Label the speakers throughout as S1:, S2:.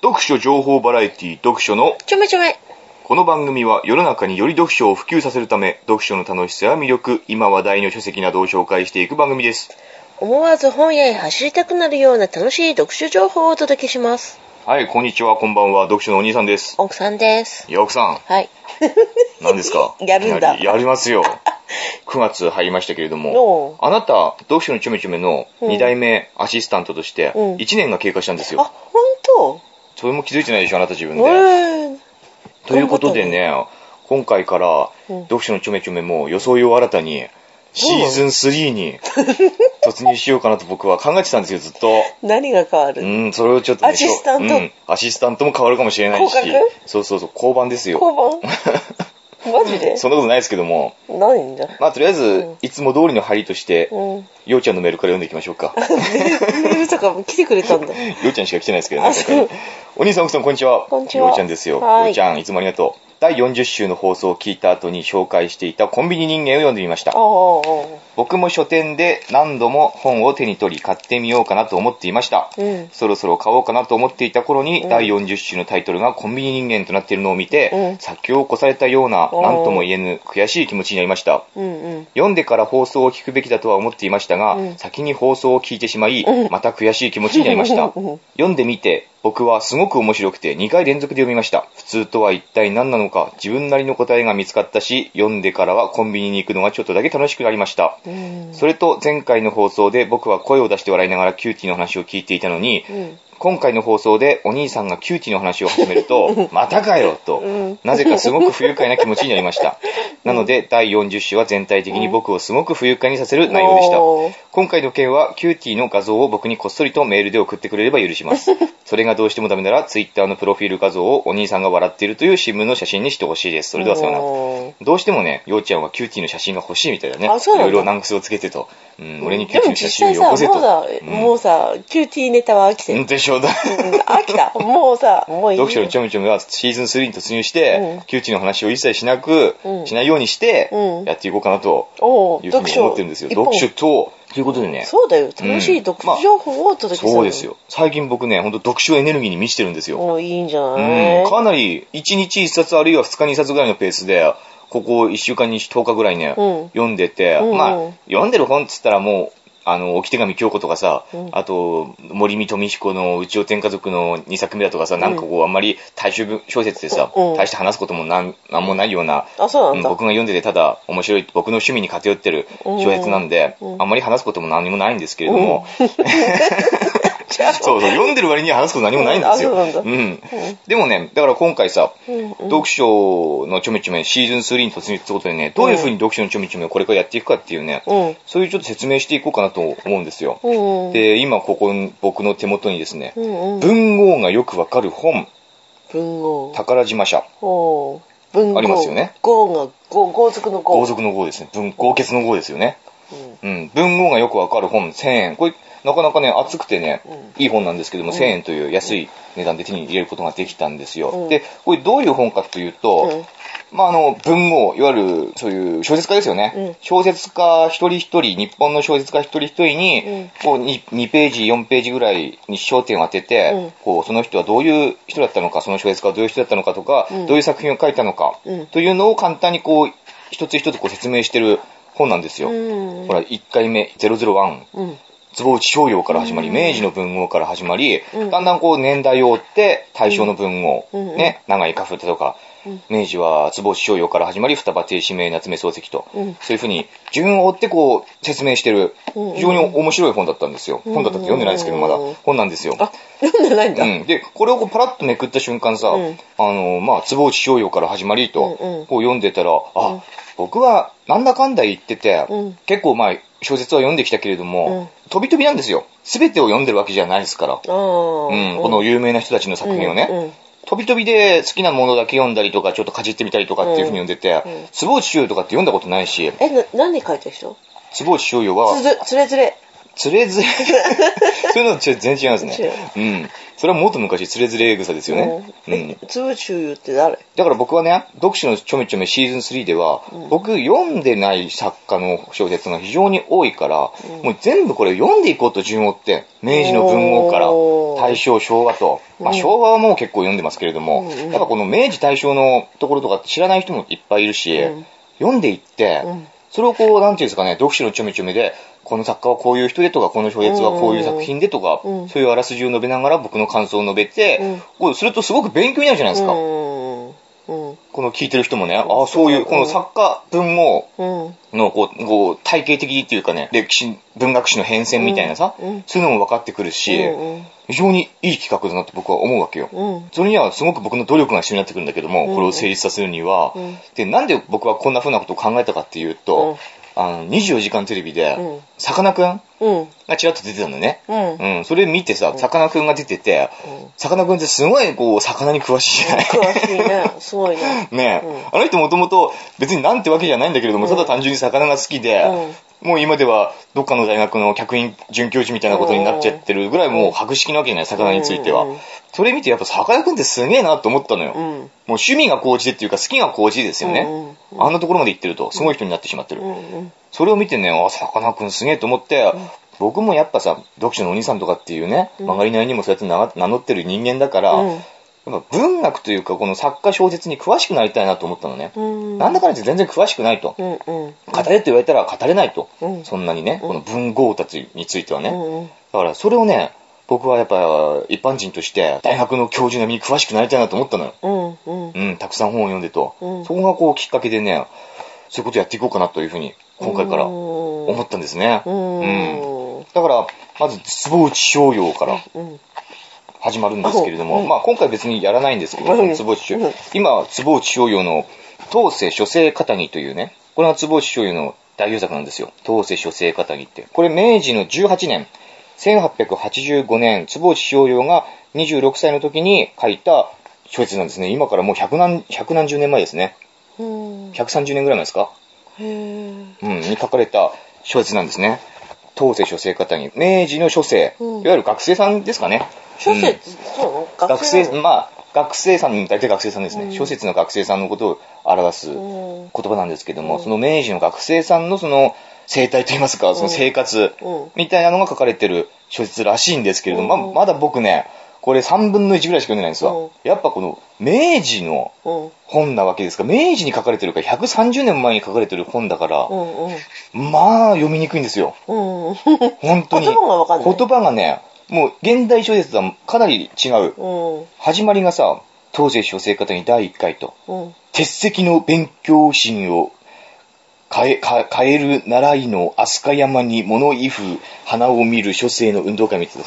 S1: 読書情報バラエティ読書の
S2: ちょめちょめ。
S1: この番組は世の中により読書を普及させるため読書の楽しさや魅力今話題の書籍などを紹介していく番組です
S2: 思わず本屋へ走りたくなるような楽しい読書情報をお届けします。
S1: はいこんにちはこんばんは読書のお兄さんです
S2: 奥さんです。
S1: いや奥さ
S2: はい。
S1: ん何ですか
S2: やるんだ
S1: いきなりやりますよ9月入りましたけれども
S2: おう
S1: あなた読書のちょめちょめの2代目アシスタントとして
S2: うん
S1: 1年が経過したんです
S2: あ、
S1: よ、
S2: ほんと
S1: それも気づいてないでしょあなた自分で、
S2: えー
S1: ということでね、今回から、
S2: うん
S1: 読書のちょめちょめも装いを新たに、シーズン3に 突入しようかなと僕は考えてたんですよ、ずっと。
S2: 何が変わる、
S1: うん、それをちょっとね、
S2: アシスタント
S1: うんアシスタントも変わるかもしれないし
S2: 降格。
S1: そうそうそう、交番ですよ。
S2: 交番マジ で
S1: そんなことないですけども、
S2: ないんだ。
S1: まあとりあえず、
S2: うん
S1: いつも通りの張りとして、
S2: うん。
S1: ようちゃんのメールから読んでいきましょう か。
S2: メールとかも来てくれ たんだ。
S1: ようちゃんしか来てないですけど
S2: あ
S1: ね
S2: そう。
S1: お兄さん、奥さん、こんにちは。
S2: こんにちは
S1: ようちゃんですよ。
S2: はい
S1: ようちゃん、いつもありがとう。第40週の放送を聞いた後に紹介していたコンビニ人間を読んでみました
S2: あ。あ、
S1: 僕も書店で何度も本を手に取り買ってみようかなと思っていました。
S2: うん。
S1: そろそろ買おうかなと思っていた頃に、
S2: うん
S1: 第40週のタイトルがコンビニ人間となっているのを見て、
S2: うん
S1: 先を越されたような、
S2: おー
S1: なんとも言えぬ悔しい気持ちになりました。
S2: うんうん。
S1: 読んでから放送を聞くべきだとは思っていましたが、
S2: うん
S1: 先に放送を聞いてしまい、
S2: うん
S1: また悔しい気持ちになりま した。
S2: うん
S1: 読んでみて、僕はすごく面白くて2回連続で読みました。普通とは一体何なのか、自分なりの答えが見つかったし、読んでからはコンビニに行くのがちょっとだけ楽しくなりました。
S2: うん。
S1: それと前回の放送で僕は声を出して笑いながらキューティーの話を聞いていたのに、
S2: うん。
S1: 今回の放送でお兄さんがキューティーの話を始めると、 またかよと、
S2: うん
S1: なぜかすごく不愉快な気持ちになりました。なので、第40週は全体的に僕をすごく不愉快にさせる内容でした。
S2: おー
S1: 今回の件は、キューティーの画像を僕にこっそりとメールで送ってくれれば許し ます。それがどうしてもダメなら、ツイッターのプロフィール画像をお兄さんが笑っているという新聞の写真にしてほしいです。それではさようなら。
S2: おー
S1: どうしてもね、ようちゃんはキューティーの写真が欲しいみたいだね。
S2: あそうなんだ
S1: いろいろ難癖をつけてと。うん、俺にキュ
S2: で
S1: ーティー
S2: も
S1: の写
S2: 実
S1: 真を
S2: 際
S1: よこ
S2: さ、
S1: せ
S2: もう
S1: と
S2: さ。、もうさ、キューティーネタは飽きて
S1: う
S2: る
S1: ん。。でしょうだ。
S2: うん飽きた。もうさ、もういいよ。
S1: 読書のちょみちょみはシーズン3に突入して、
S2: うん
S1: キューティーの話を一切しなく、
S2: うん
S1: しないようにして
S2: うん、
S1: やっていこうかなと
S2: おう
S1: いうふうに思ってるんですよ。
S2: 一本
S1: 読書と、ということでね。
S2: そうだよ。楽しい読書情報をお届けする、
S1: そうです。よ。最近僕ね、ほんと読書エネルギーに満ちてるんですよ。
S2: もういいんじゃ
S1: う
S2: ない、
S1: ん、かなり1日1冊あるいは2日に1冊ぐらいのペースで、ここ1週間に10日ぐらいね、
S2: うん
S1: 読んでて、
S2: うんうん
S1: まあ、読んでる本っつったらもう、あの、置き手紙京子とかさ、
S2: うん
S1: あと、森見富彦の宇宙天家族の2作目だとかさ、なんかこう、あんまり大衆文小説でさ、
S2: うん
S1: 大して話すこともなんなんもないような、
S2: あ、そう
S1: う
S2: なんんだ。
S1: 僕が読んでてただ面白い、僕の趣味に偏ってる小説なんで、
S2: うん
S1: あんまり話すことも何もないんですけれども、
S2: じゃあ
S1: そうそう、読んでる割には話すこと何もないんですよ。
S2: うんあそうなんだ
S1: ん。でもね、だから今回さ、
S2: うんうん
S1: 読書のちょめちょめシーズン3に突入ってことでね、どういう風に読書のちょめちょめをこれからやっていくかっていうね、
S2: うん
S1: そういうちょっと説明していこうかなと思うんですよ。
S2: うんうん。
S1: で、今ここ、僕の手元にですね
S2: う、んうん。
S1: 文豪がよくわかる本、
S2: 文豪。
S1: 宝島社、
S2: おう文豪。
S1: ありますよね
S2: 豪が、豪、豪族の豪。
S1: 豪族の豪ですね、文豪傑の豪ですよね。
S2: うん。
S1: うん、文豪がよくわかる本1000円。これ、なかなかね、厚くてね、
S2: う
S1: いい本なんですけども、1000円という安い値段で手に入れることができたんですよ。
S2: うん
S1: で、これどういう本かというと、まあ、あの、文豪、いわゆる、そういう小説家ですよね。
S2: うん
S1: 小説家一人一人、日本の小説家一人一人に、
S2: うん
S1: こう2、2ページ、4ページぐらいに焦点を当てて、
S2: うん
S1: こう、その人はどういう人だったのか、その小説家はどういう人だったのかとか、
S2: うん
S1: どういう作品を書いたのか、
S2: うん
S1: というのを簡単にこう、一つ一つこう説明してる本なんですよ。
S2: うん。うん
S1: ほら、1回目、001、
S2: うん。
S1: 坪内商用から始まり、明治の文豪から始まり、
S2: うん
S1: だんだんこう年代を追って、大正の文豪、
S2: うん
S1: ね、長井家風とか、
S2: うん
S1: 明治は坪内商用から始まり、双葉亭指名夏目漱石と、
S2: うん
S1: そういうふうに順を追ってこう説明してる、
S2: うん
S1: 非常に面白い本だったんですよ。
S2: うん
S1: 本だったって読んでないですけど、まだ
S2: うん
S1: 本なんですよ。
S2: あ、読んでないんだ。
S1: うん、で、これをこうパラッとめくった瞬間さ、
S2: うん
S1: あの、まあ、坪内商用から始まりと、
S2: うんうん
S1: こう読んでたら、あ、
S2: うん
S1: 僕はなんだかんだ言ってて、
S2: うん
S1: 結構まあ、小説は読んできたけれども、飛び飛びなんですよ。すべてを読んでるわけじゃないですから。
S2: ああ。
S1: うん、この有名な人たちの作品をね、
S2: うんうん
S1: 飛び飛びで好きなものだけ読んだりとか、ちょっとかじってみたりとかっていうふうに読んでて
S2: うんうん、
S1: 坪内商用とかって読んだことないし、
S2: え、な、何書いた人
S1: 坪内商用は、
S2: つづ、つれつれ。
S1: つれ づれ。そういうのと全然違いますね。うん。それはもっと昔、つれづれ草ですよね。
S2: う
S1: うんん。
S2: つぶちゅうゆって誰
S1: だから僕はね、読書のちょめちょめシーズン3では、僕読んでない作家の小説が非常に多いから、もう全部これ読んでいこうと順を追って、明治の文豪から
S2: おー
S1: 大正、昭和と、まあ
S2: うん
S1: 昭和はもう結構読んでますけれども、
S2: うんうん
S1: やっぱこの明治大正のところとかって知らない人もいっぱいいるし、
S2: うん
S1: 読んでいって、
S2: うん
S1: それをこう、なんていうんですかね、読書のちょめちょめで、この作家はこういう人でとか、この小説はこういう作品でとか、
S2: うん
S1: そういうあらすじを述べながら僕の感想を述べて、
S2: うん
S1: こうするとすごく勉強になるじゃないですか。
S2: うんうん
S1: この聞いてる人もね、ああ、そういう、この作家文豪
S2: うん
S1: のこう、こう、体系的っていうかね、歴史、文学史の変遷みたいなさ、
S2: うんうん
S1: そういうのも分かってくるし、
S2: うん
S1: 非常にいい企画だなって僕は思うわけよ。
S2: うん
S1: それにはすごく僕の努力が必要になってくるんだけども、
S2: うん
S1: これを成立させるには、
S2: うん
S1: で、なんで僕はこんな風なことを考えたかっていうと、あの、24時間テレビで、
S2: うん
S1: さかなクン
S2: うん
S1: がちらっと出てたんだよね。
S2: うんうん
S1: うん、それ見てさ、さかなクンが出てて、さかなクンってすごいこう、魚に詳しいじゃない
S2: 詳しいねすごいね
S1: ねえ、
S2: うん
S1: あの人もともと別になんてわけじゃないんだけれども、
S2: うん
S1: ただ単純に魚が好きで、もう今ではどっかの大学の客員准教授みたいなことになっちゃってるぐらいもう博識なわけじゃない、魚については。
S2: うんうん
S1: それ見てやっぱ魚くんってすげえなと思ったのよ。
S2: う
S1: もうん趣味が高じてっていうか好きが高じですよね。
S2: うん
S1: あんなところまで行ってると、すごい人になってしまってる。
S2: うんうん
S1: それを見てね、あ、さかなクンすげえと思って、僕もやっぱさ、読書のお兄さんとかっていうね、
S2: うん
S1: 曲がりなりにもそうやって名が名乗ってる人間だから、
S2: うん
S1: やっぱ文学というか、この作家小説に詳しくなりたいなと思ったのね。
S2: うん
S1: なんだかんだ言って全然詳しくないと。
S2: うんうん
S1: 語れって言われたら語れないと。
S2: うん
S1: そんなにね、この文豪たちについてはね。
S2: うんうん
S1: だからそれをね、僕はやっぱ一般人として大学の教授並みに詳しくなりたいなと思ったのよ。
S2: うんうん
S1: うん、たくさん本を読んでと。
S2: うん
S1: そこがこうきっかけでね、そういうことやっていこうかなというふうに、今回から思
S2: 思
S1: ったんですね。
S2: うん
S1: だから、まず坪内商用から
S2: うん
S1: 始まるんですけれども、
S2: うん
S1: まあ今回別にやらないんですけど、
S2: うん
S1: 坪内商
S2: うん
S1: 今、坪内商用の当世書生語にというね、これが坪内商用の代表作なんですよ。当世書生語にって。これ明治の18年、1885年、坪内商用が26歳の時に書いた小説なんですね。今からもう100何100何十年前ですね。
S2: うん
S1: 130年ぐらい前ですか
S2: へえ
S1: うん、に書かれた小説なんですね。当世書生方に、明治の書生、
S2: うん
S1: いわゆる学生さんですかね。
S2: 小
S1: う
S2: 説
S1: ん
S2: そうなの
S1: 学
S2: 学生な
S1: 生、
S2: の
S1: まあ、学生さん、大体学生さんですね。
S2: うん
S1: 小説の学生さんのことを表す言
S2: うん
S1: 葉なんですけども、
S2: うん
S1: その明治の学生さんのその生態といいますか、その生活
S2: うん
S1: みたいなのが書かれてる小説らしいんですけれども、
S2: うん
S1: まあまだ僕ね、これ3分の1ぐらいしか読んでないんですわ。
S2: うん
S1: やっぱこの明治の
S2: うん
S1: 本なわけですから、明治に書かれてるから、130年前に書かれてる本だから、
S2: うんうん
S1: まあ、読みにくいんですよ。
S2: うんうん
S1: 本当に。
S2: 言葉がわかんない
S1: 言葉がね、もう現代小説とはかなり違う。
S2: うん
S1: 始まりがさ、当世小生方に第1回と、
S2: うん
S1: 鉄石の勉強心を変え、か変える習いの飛鳥山に物威風、花を見る書生の運動会みたい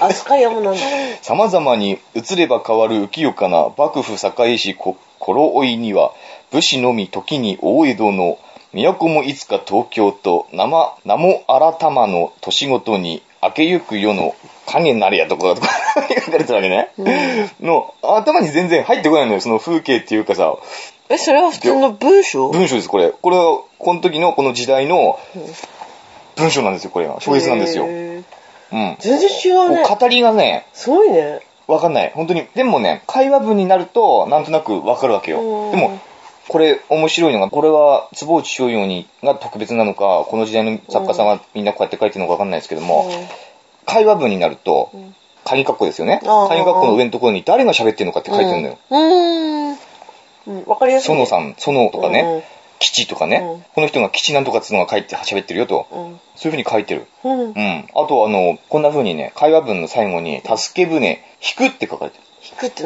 S1: な。
S2: 飛鳥山なんだ
S1: 様々に移れば変わる清かな幕府堺市こ頃追いには武士のみ時に大江戸の都もいつか東京と名ま名も改まの年ごとに明けゆく世の影なれやとか とか書かれてるわけね、の頭に全然入ってこないのよその風景っていうかさ
S2: えそれは普通の文章
S1: 文章ですこれこれはこの時のこの時代の文章なんですよこれは小説なんですよ、うん
S2: へー全然違う
S1: も
S2: ね
S1: う語りがね
S2: すごいね
S1: わかんない。本当に。でもね、会話文になると、なんとなくわかるわけよ。
S2: うん
S1: でも、これ面白いのが、これは坪内翔陽にが特別なのか、この時代の作家さんがみんなこうやって書いてるのかわかんないですけども、会話文になると
S2: ん、
S1: 鍵括弧ですよね。
S2: あー
S1: 鍵括弧の上のところに誰が喋ってるのかって書いてるのよ。
S2: うんうんわかりやすいね
S1: 園さん、園とか
S2: うん
S1: ね、吉とかね、
S2: うん
S1: この人が吉なんとかっつうのが書いて喋ってるよと、
S2: うん
S1: そういうふうに書いてる。
S2: うん
S1: うん。あと、あの、こんな風にね、会話文の最後に、助け舟、引くって書かれてる。
S2: 引くって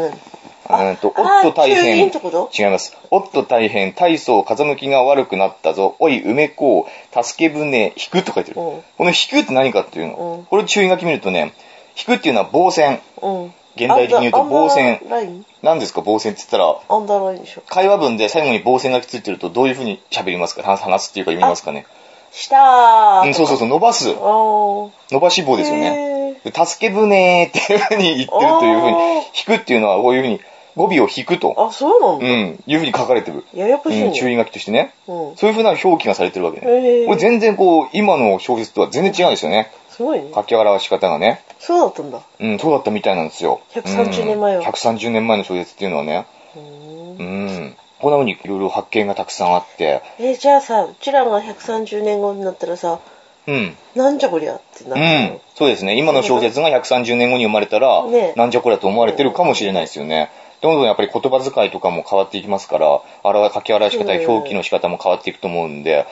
S2: 何
S1: うんと、
S2: あ
S1: おっと大
S2: 中銀
S1: 変。
S2: ってこと
S1: 違います。おっと大変、体操、風向きが悪くなったぞ。おい、梅子、助け舟、引くと書いてる。
S2: うん
S1: この引くって何かっていうの。
S2: うん
S1: これ注意書き見るとね、引くっていうのは防線。
S2: うん
S1: 現代的に言うと防
S2: アンダー
S1: 線。
S2: ライン
S1: 何ですか、防線って言ったら、
S2: アンダーラインでしょ
S1: 会話文で最後に防線がついてるとどういうふうに喋りますか話話すっていうか読みますかね。
S2: したー
S1: うん、そうそうそう、伸ばす。
S2: あ
S1: 伸ばし棒
S2: あ
S1: ですよね。
S2: ね
S1: で助け舟っていうふうに言ってるというふうに
S2: あー、
S1: 引くっていうのはこういうふうに語尾を引くと、
S2: あそ
S1: う
S2: うなんだ
S1: ん、いうふうに書かれてる。
S2: ややこしい
S1: うん、
S2: ね
S1: 注意書きとしてね。
S2: うん
S1: そういう風な表記がされてるわけね。
S2: へー
S1: これ全然こう、今の小説とは全然違うんですよね。
S2: そすごいね。
S1: 書き表し方がね。
S2: そうだったんだ。
S1: うん、そうだったみたいなんですよ。
S2: 130年前は
S1: うん130年前の小説っていうのはね。
S2: ふーん
S1: うん。こんな風にいろいろ発見がたくさんあって。
S2: えーじゃあさ、うちらが130年後になったらさ、
S1: うん。
S2: なんじゃこりゃってな
S1: う
S2: る
S1: ん。そうですね。今の小説が130年後に生まれたら、
S2: ね
S1: なんじゃこりゃと思われてるかもしれないですよね。どんどんやっぱり言葉遣いとかも変わっていきますから、あら書き表し方や
S2: うん
S1: 表記の仕方も変わっていくと思うんで、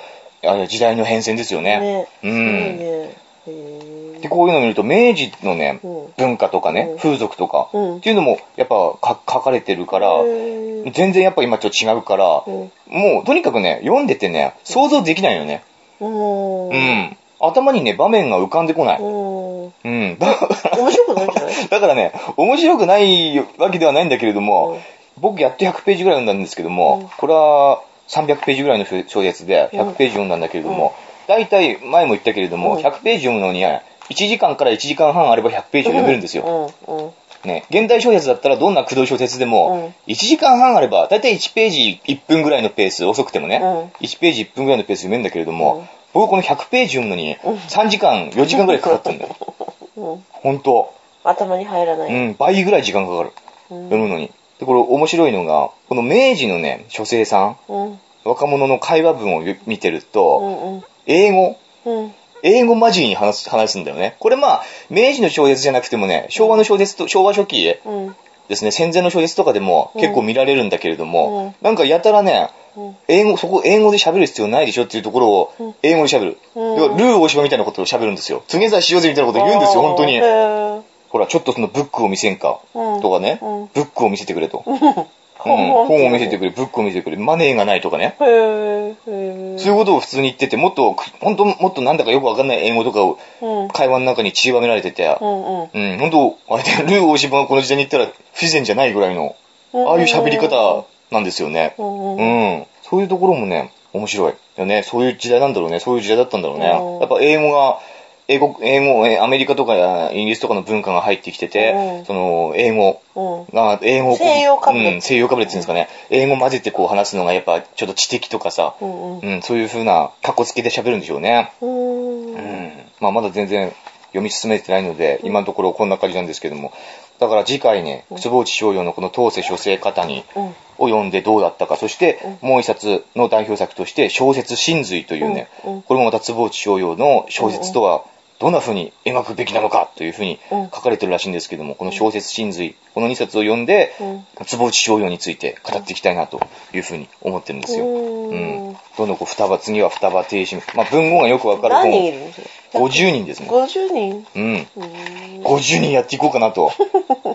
S1: あれ時代の変遷ですよね。
S2: ね。
S1: う
S2: すごい
S1: ん。
S2: ね。へー
S1: で、こういうのを見ると、明治のね、
S2: うん
S1: 文化とかね、
S2: うん
S1: 風俗とか、
S2: うん
S1: っていうのも、やっぱか書かれてるから、
S2: へー
S1: 全然やっぱ今ちょっと違うから、
S2: うん
S1: もうとにかくね、読んでてね、想像できないよね。
S2: うん。
S1: うん。頭にね、場面が浮かんでこない。
S2: うん。
S1: うん。だから、
S2: 面白くないんじゃない
S1: だからね、面白くないわけではないんだけれども、
S2: うん
S1: 僕やっと100ページぐらい読んだんですけども、
S2: うん
S1: これは300ページぐらいの小説で100ページ読んだんだけれども、大体前も言ったけれども、
S2: うん
S1: 100ページ読むのにね、1時間から1時間半あれば100ページを読めるんですよ。
S2: うん。うん。
S1: ね、現代小説だったらどんな駆動小説でも、1時間半あれば、だいたい1ページ1分ぐらいのペース、遅くてもね、
S2: う
S1: 1ページ1分ぐらいのペース読めるんだけれども、
S2: うん
S1: 僕この100ページ読むのに
S2: うん
S1: 3時間、4時間ぐらいかかったんだよ。
S2: うん
S1: 本当
S2: 頭に入らな
S1: う
S2: い。
S1: ん、倍ぐらい時間かかる。
S2: うん
S1: 読むのに。で、これ面白いのが、この明治のね、書生さん、
S2: うん。
S1: 若者の会話文をよ見てる
S2: う
S1: と、
S2: ん。
S1: 英語、
S2: うん。
S1: 英語交じりに話す、話すんだよね。これまあ、明治の小説じゃなくてもね、昭和の小説と、昭和初期、
S2: うん。
S1: ですね、戦前の小説とかでも結構見られるんだけれども、
S2: う
S1: なんかやたらね、
S2: うん。
S1: 英語、そこ英語で喋る必要ないでしょっていうところ
S2: うん
S1: を、英語で喋る。
S2: うん
S1: 要はルー大島みたいなことを喋るんですよ。告げざしようぜみたいなこと言うんですよ、
S2: あー
S1: 本当に
S2: へ。ー
S1: ほら、ちょっとそのブックを見せんか。
S2: うん
S1: とかね
S2: うん。
S1: ブックを見せてくれと。うん
S2: 本
S1: 本を見せて
S2: く
S1: くれ、ブックを見せてくれ、マネーがないとかね。
S2: へーへー
S1: そういうことを普通に言ってて、もっと、本当もっとなんだかよくわかんない英語とかを
S2: うん。
S1: 会話の中に散りばめられてて、
S2: うんうん。
S1: うん、本当あれで、 ルー大島がこの時代に行ったら不自然じゃないぐらいの、
S2: うん
S1: ああいう喋り方なんですよね。
S2: うんうん。
S1: うん。そういうところもね、面白い。よね、そういう時代なんだろうね。そういう時代だったんだろうね。
S2: うん
S1: やっぱ英語が、英語、英語、えアメリカとかイギリスとかの文化が入ってきて
S2: うん
S1: て、その、英語
S2: うん。
S1: が、英語をこう
S2: 西洋かぶれ
S1: うん、西洋かぶれっていうんですかね。英語混ぜてこう話すのがやっぱちょっと知的とかさ、
S2: うん
S1: うん、そういう風な格好つけで喋るんでしょうね。
S2: うん。
S1: う
S2: うん。
S1: ん。まあまだ全然読み進めてないので、今のところこんな感じなんですけども。だから次回ね、坪内少陽のこの当世書生方に、
S2: うん。
S1: を読んでどうだったか、そしてもう一冊の代表作として小説真髄というね、
S2: うんうん
S1: これもまた坪内逍遥の小説とはどんな風に描くべきなのかという風に
S2: うん
S1: 書かれてるらしいんですけども、この小説真髄、この2冊を読んで、
S2: うん
S1: 坪内逍遥について語っていきたいなという風に思ってるんですよ。
S2: うん
S1: うんどんどんこう双葉、次は双葉停止。まあ文豪がよくわかる
S2: 何人い
S1: 本、
S2: るんですか
S1: 50人ですね。
S2: 50人
S1: うん。
S2: うーん
S1: 50人やっていこうかな と。